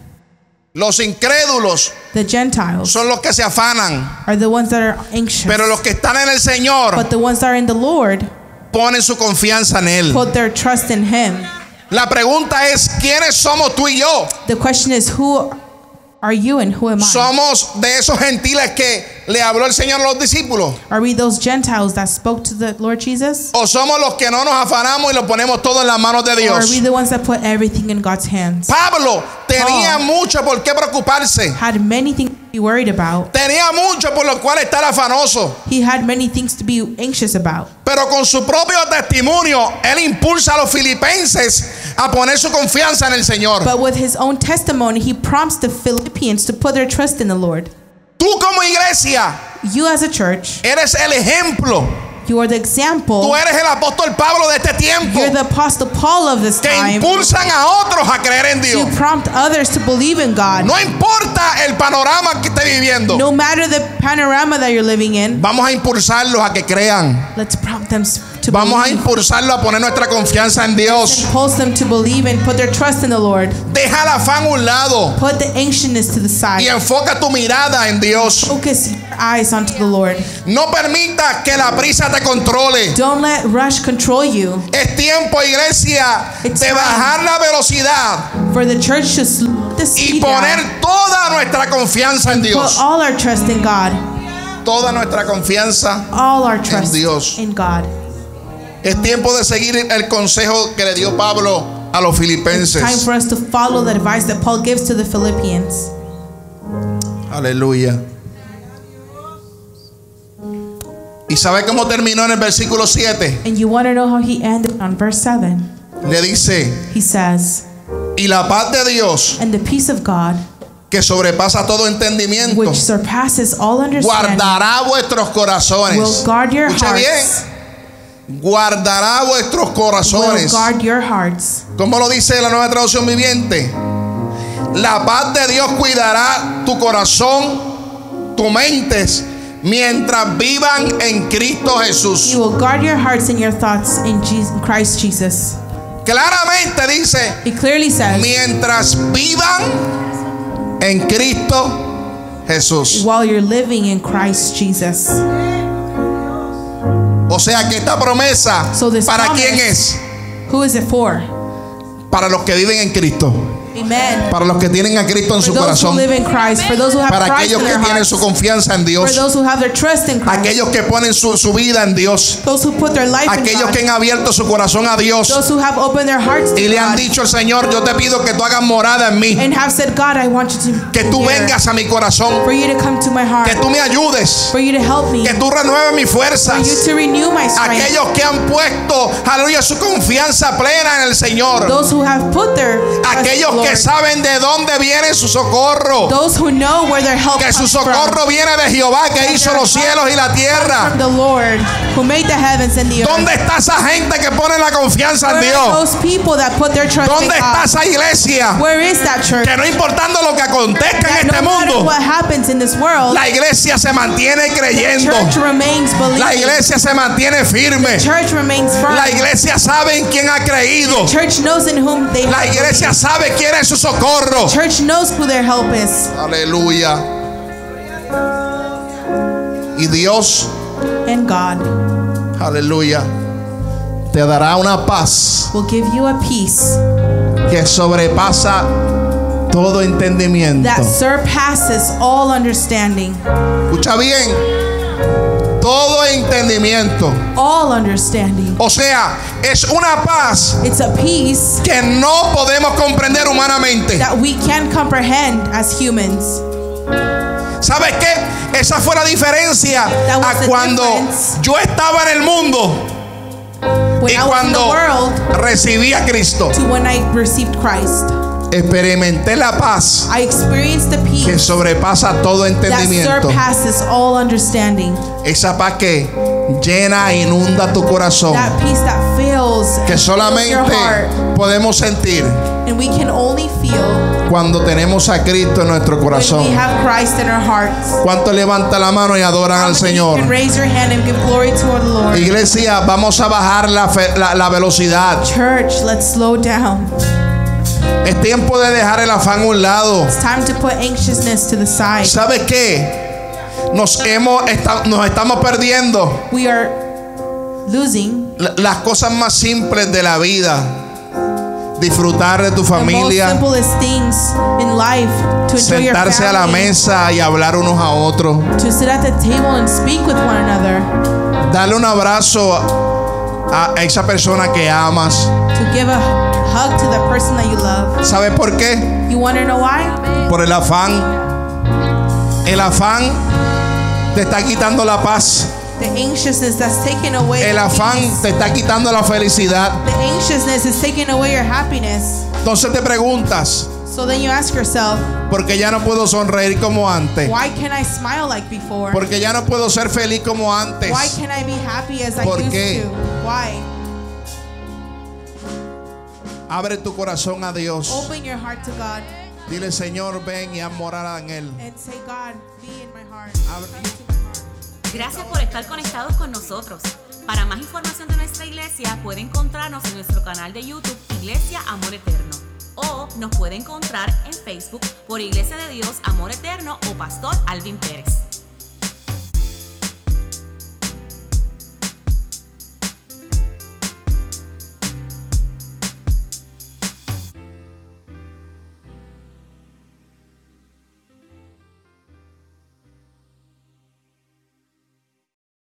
Speaker 2: Los incrédulos
Speaker 3: The Gentiles
Speaker 2: son los que se afanan,
Speaker 3: are the ones that are anxious.
Speaker 2: pero los que están en el Señor
Speaker 3: But the ones that are in the Lord
Speaker 2: ponen su confianza en Él.
Speaker 3: put their trust in Him.
Speaker 2: La pregunta es, ¿quiénes somos tú y yo?
Speaker 3: The question is, who are you and who am I?
Speaker 2: Somos de esos gentiles que le habló el Señor a los discípulos.
Speaker 3: Are we those Gentiles that spoke to the Lord Jesus?
Speaker 2: O somos los que no nos afanamos y lo ponemos todo en las manos de
Speaker 3: Or are we
Speaker 2: Dios.
Speaker 3: the ones that put everything in God's hands?
Speaker 2: Pablo tenía
Speaker 3: Paul.
Speaker 2: mucho por qué preocuparse.
Speaker 3: Had many things to be worried about.
Speaker 2: Tenía mucho por lo cual estar afanoso.
Speaker 3: He had many things to be anxious about.
Speaker 2: Pero con su propio testimonio, él impulsa a los filipenses a poner su confianza en el Señor.
Speaker 3: But with his own testimony, he prompts the Philippians to put their trust in the Lord.
Speaker 2: Tú como iglesia
Speaker 3: You, as a church,
Speaker 2: eres el ejemplo.
Speaker 3: you are the example.
Speaker 2: Tú eres el apóstol Pablo de este tiempo
Speaker 3: Oh. You're the apostle Paul of this
Speaker 2: que
Speaker 3: time.
Speaker 2: impulsan a otros a creer en Dios.
Speaker 3: You prompt others to believe in God.
Speaker 2: No importa el panorama que esté viviendo.
Speaker 3: No matter the panorama that you're living in,
Speaker 2: Vamos a impulsarlos a que crean.
Speaker 3: let's prompt them to
Speaker 2: Vamos a
Speaker 3: believe.
Speaker 2: impulsarlos a poner nuestra confianza en Dios.
Speaker 3: Impulse them to believe and put their trust in the Lord.
Speaker 2: Deja el afán a un lado
Speaker 3: Put the anxiousness to the
Speaker 2: y
Speaker 3: side.
Speaker 2: enfoca tu mirada en Dios.
Speaker 3: Focus your eyes onto the Lord.
Speaker 2: No permita que la prisa te controle.
Speaker 3: Don't let rush control you.
Speaker 2: Es tiempo, iglesia,
Speaker 3: It's
Speaker 2: de
Speaker 3: time.
Speaker 2: bajar la velocidad
Speaker 3: For the church to slow the
Speaker 2: y
Speaker 3: speed down.
Speaker 2: poner toda nuestra confianza en
Speaker 3: Put
Speaker 2: Dios.
Speaker 3: all our trust in God.
Speaker 2: Toda nuestra confianza.
Speaker 3: All our trust
Speaker 2: Dios.
Speaker 3: in God.
Speaker 2: Es tiempo de seguir el consejo que le dio Pablo a los
Speaker 3: It's time
Speaker 2: filipenses.
Speaker 3: for us to follow the advice that Paul gives to the Philippians.
Speaker 2: Aleluya. ¿Y sabe cómo terminó en el versículo 7?
Speaker 3: And you want to know how he ended on verse 7.
Speaker 2: Le dice,
Speaker 3: He says,
Speaker 2: y la paz de Dios
Speaker 3: And the peace of God,
Speaker 2: que sobrepasa todo entendimiento,
Speaker 3: which surpasses all understanding,
Speaker 2: guardará vuestros corazones.
Speaker 3: will guard your
Speaker 2: Escucha bien,
Speaker 3: hearts.
Speaker 2: guardará vuestros
Speaker 3: Will
Speaker 2: corazones.
Speaker 3: guard your hearts.
Speaker 2: ¿Cómo lo dice la nueva traducción viviente? La paz de Dios cuidará tu corazón, tu mentes, mientras vivan en Cristo
Speaker 3: He
Speaker 2: Jesús.
Speaker 3: will guard your hearts and your thoughts in Jesus, Christ Jesus.
Speaker 2: Claramente dice,
Speaker 3: He clearly says,
Speaker 2: mientras vivan en Cristo Jesús.
Speaker 3: while you're living in Christ Jesus.
Speaker 2: O sea que esta promesa,
Speaker 3: So this
Speaker 2: ¿para
Speaker 3: promise-
Speaker 2: quién es?
Speaker 3: Who is it for?
Speaker 2: Para los que viven en Cristo,
Speaker 3: Amen.
Speaker 2: para los que tienen a Cristo en
Speaker 3: For
Speaker 2: su
Speaker 3: those who
Speaker 2: corazón,
Speaker 3: live in Christ, for those who have
Speaker 2: para
Speaker 3: Christ
Speaker 2: aquellos
Speaker 3: in
Speaker 2: que
Speaker 3: their
Speaker 2: tienen
Speaker 3: hearts,
Speaker 2: su confianza en
Speaker 3: for
Speaker 2: Dios,
Speaker 3: those who have their trust in Christ,
Speaker 2: aquellos que ponen su, su vida en Dios.
Speaker 3: those who put their life in
Speaker 2: aquellos
Speaker 3: God,
Speaker 2: que han abierto su corazón a Dios
Speaker 3: those who have opened their hearts
Speaker 2: y
Speaker 3: to
Speaker 2: le han
Speaker 3: God
Speaker 2: dicho al Señor, yo te pido que tú hagas morada en mí,
Speaker 3: and have said, God, I want you to
Speaker 2: que tú
Speaker 3: be here.
Speaker 2: vengas a mi corazón,
Speaker 3: for you to come to my
Speaker 2: que
Speaker 3: heart,
Speaker 2: tú me ayudes,
Speaker 3: for you to help me,
Speaker 2: que tú
Speaker 3: for
Speaker 2: renueves mis
Speaker 3: you
Speaker 2: fuerzas.
Speaker 3: to renew my strength.
Speaker 2: Aquellos que han puesto, aleluya, su confianza plena en el Señor.
Speaker 3: Those who have put their trust in the
Speaker 2: Aquellos que
Speaker 3: Lord.
Speaker 2: saben de dónde viene su socorro.
Speaker 3: Those who know where their help
Speaker 2: Que su
Speaker 3: comes from.
Speaker 2: socorro viene de Jehová que hizo los cielos y la
Speaker 3: From
Speaker 2: tierra.
Speaker 3: the Lord who made the heavens and the earth.
Speaker 2: ¿Dónde está esa gente que pone la confianza en
Speaker 3: Where are
Speaker 2: Dios?
Speaker 3: those people that put their trust in
Speaker 2: ¿Dónde está
Speaker 3: God?
Speaker 2: esa iglesia?
Speaker 3: Where is that church?
Speaker 2: que no importando lo que acontezca en
Speaker 3: That
Speaker 2: este
Speaker 3: no matter
Speaker 2: mundo,
Speaker 3: what happens in this world,
Speaker 2: la iglesia se mantiene creyendo,
Speaker 3: church remains
Speaker 2: la
Speaker 3: believing.
Speaker 2: iglesia se mantiene firme,
Speaker 3: Church remains firm.
Speaker 2: la iglesia sabe en quién ha creído,
Speaker 3: Church knows in whom they
Speaker 2: la
Speaker 3: have believed.
Speaker 2: iglesia sabe quién es su socorro.
Speaker 3: Church knows who their help is.
Speaker 2: Aleluya. Y Dios,
Speaker 3: And God
Speaker 2: aleluya, te dará una paz
Speaker 3: will give you a peace
Speaker 2: que sobrepasa todo entendimiento.
Speaker 3: that surpasses all understanding.
Speaker 2: Escucha bien. Todo entendimiento.
Speaker 3: All understanding.
Speaker 2: O sea, es una paz
Speaker 3: It's a peace
Speaker 2: que no podemos comprender humanamente.
Speaker 3: that we can't comprehend as humans.
Speaker 2: ¿Sabes qué? Esa fue la diferencia
Speaker 3: That was
Speaker 2: a
Speaker 3: the
Speaker 2: cuando
Speaker 3: difference.
Speaker 2: yo estaba en el mundo
Speaker 3: When
Speaker 2: y
Speaker 3: I was in the
Speaker 2: cuando
Speaker 3: world
Speaker 2: recibí a Cristo.
Speaker 3: to when I received Christ,
Speaker 2: Experimenté la paz
Speaker 3: I experienced the
Speaker 2: que
Speaker 3: peace
Speaker 2: sobrepasa todo
Speaker 3: that
Speaker 2: entendimiento.
Speaker 3: surpasses all understanding.
Speaker 2: Esa paz que llena e inunda tu corazón.
Speaker 3: That peace that fills
Speaker 2: Que
Speaker 3: your
Speaker 2: solamente
Speaker 3: heart.
Speaker 2: podemos sentir
Speaker 3: And we can only feel
Speaker 2: cuando tenemos a Cristo en nuestro
Speaker 3: when we
Speaker 2: corazón.
Speaker 3: have Christ in our hearts.
Speaker 2: ¿Cuánto levanta la mano y adoran
Speaker 3: How
Speaker 2: al
Speaker 3: many
Speaker 2: Señor?
Speaker 3: can raise your hand and give glory to our Lord.
Speaker 2: Iglesia, vamos a bajar la, fe- la- la velocidad.
Speaker 3: Church, let's slow down.
Speaker 2: Es tiempo de dejar el afán a un lado.
Speaker 3: It's time to put anxiousness to the side.
Speaker 2: ¿Sabes qué? Nos, hemos, esta- nos estamos perdiendo
Speaker 3: We are losing
Speaker 2: la- las cosas más simples de la vida. Disfrutar de tu
Speaker 3: the most
Speaker 2: familia,
Speaker 3: simplest things in life to enjoy your
Speaker 2: sentarse a la
Speaker 3: family,
Speaker 2: mesa y hablar unos a otros.
Speaker 3: to sit at the table and speak with one another,
Speaker 2: Darle un abrazo a, a esa persona que amas.
Speaker 3: to give a hug to the person that you love.
Speaker 2: ¿Sabes por qué?
Speaker 3: You want to know why?
Speaker 2: Por el afán. El afán te está quitando la paz.
Speaker 3: The anxiousness that's taken away.
Speaker 2: El
Speaker 3: the
Speaker 2: afán
Speaker 3: peace.
Speaker 2: te está quitando la felicidad.
Speaker 3: The anxiousness is taking away your happiness.
Speaker 2: Entonces te preguntas,
Speaker 3: So then you ask yourself,
Speaker 2: porque ya no puedo sonreír como antes?
Speaker 3: why can I smile like before?
Speaker 2: Porque ya no puedo ser feliz como antes?
Speaker 3: Why can I be happy as I
Speaker 2: ¿Por
Speaker 3: used
Speaker 2: qué?
Speaker 3: to? Why?
Speaker 2: Abre tu corazón a Dios.
Speaker 3: Open your heart to God
Speaker 2: Dile, Señor, ven y haz morada en Él.
Speaker 3: and say, God, be in my heart.
Speaker 2: Abre-
Speaker 3: Come to my heart.
Speaker 4: Gracias por estar conectados con nosotros. Para más información de nuestra iglesia, puede encontrarnos en nuestro canal de YouTube Iglesia Amor Eterno. O nos puede encontrar en Facebook por Iglesia de Dios Amor Eterno o Pastor Alvin Pérez.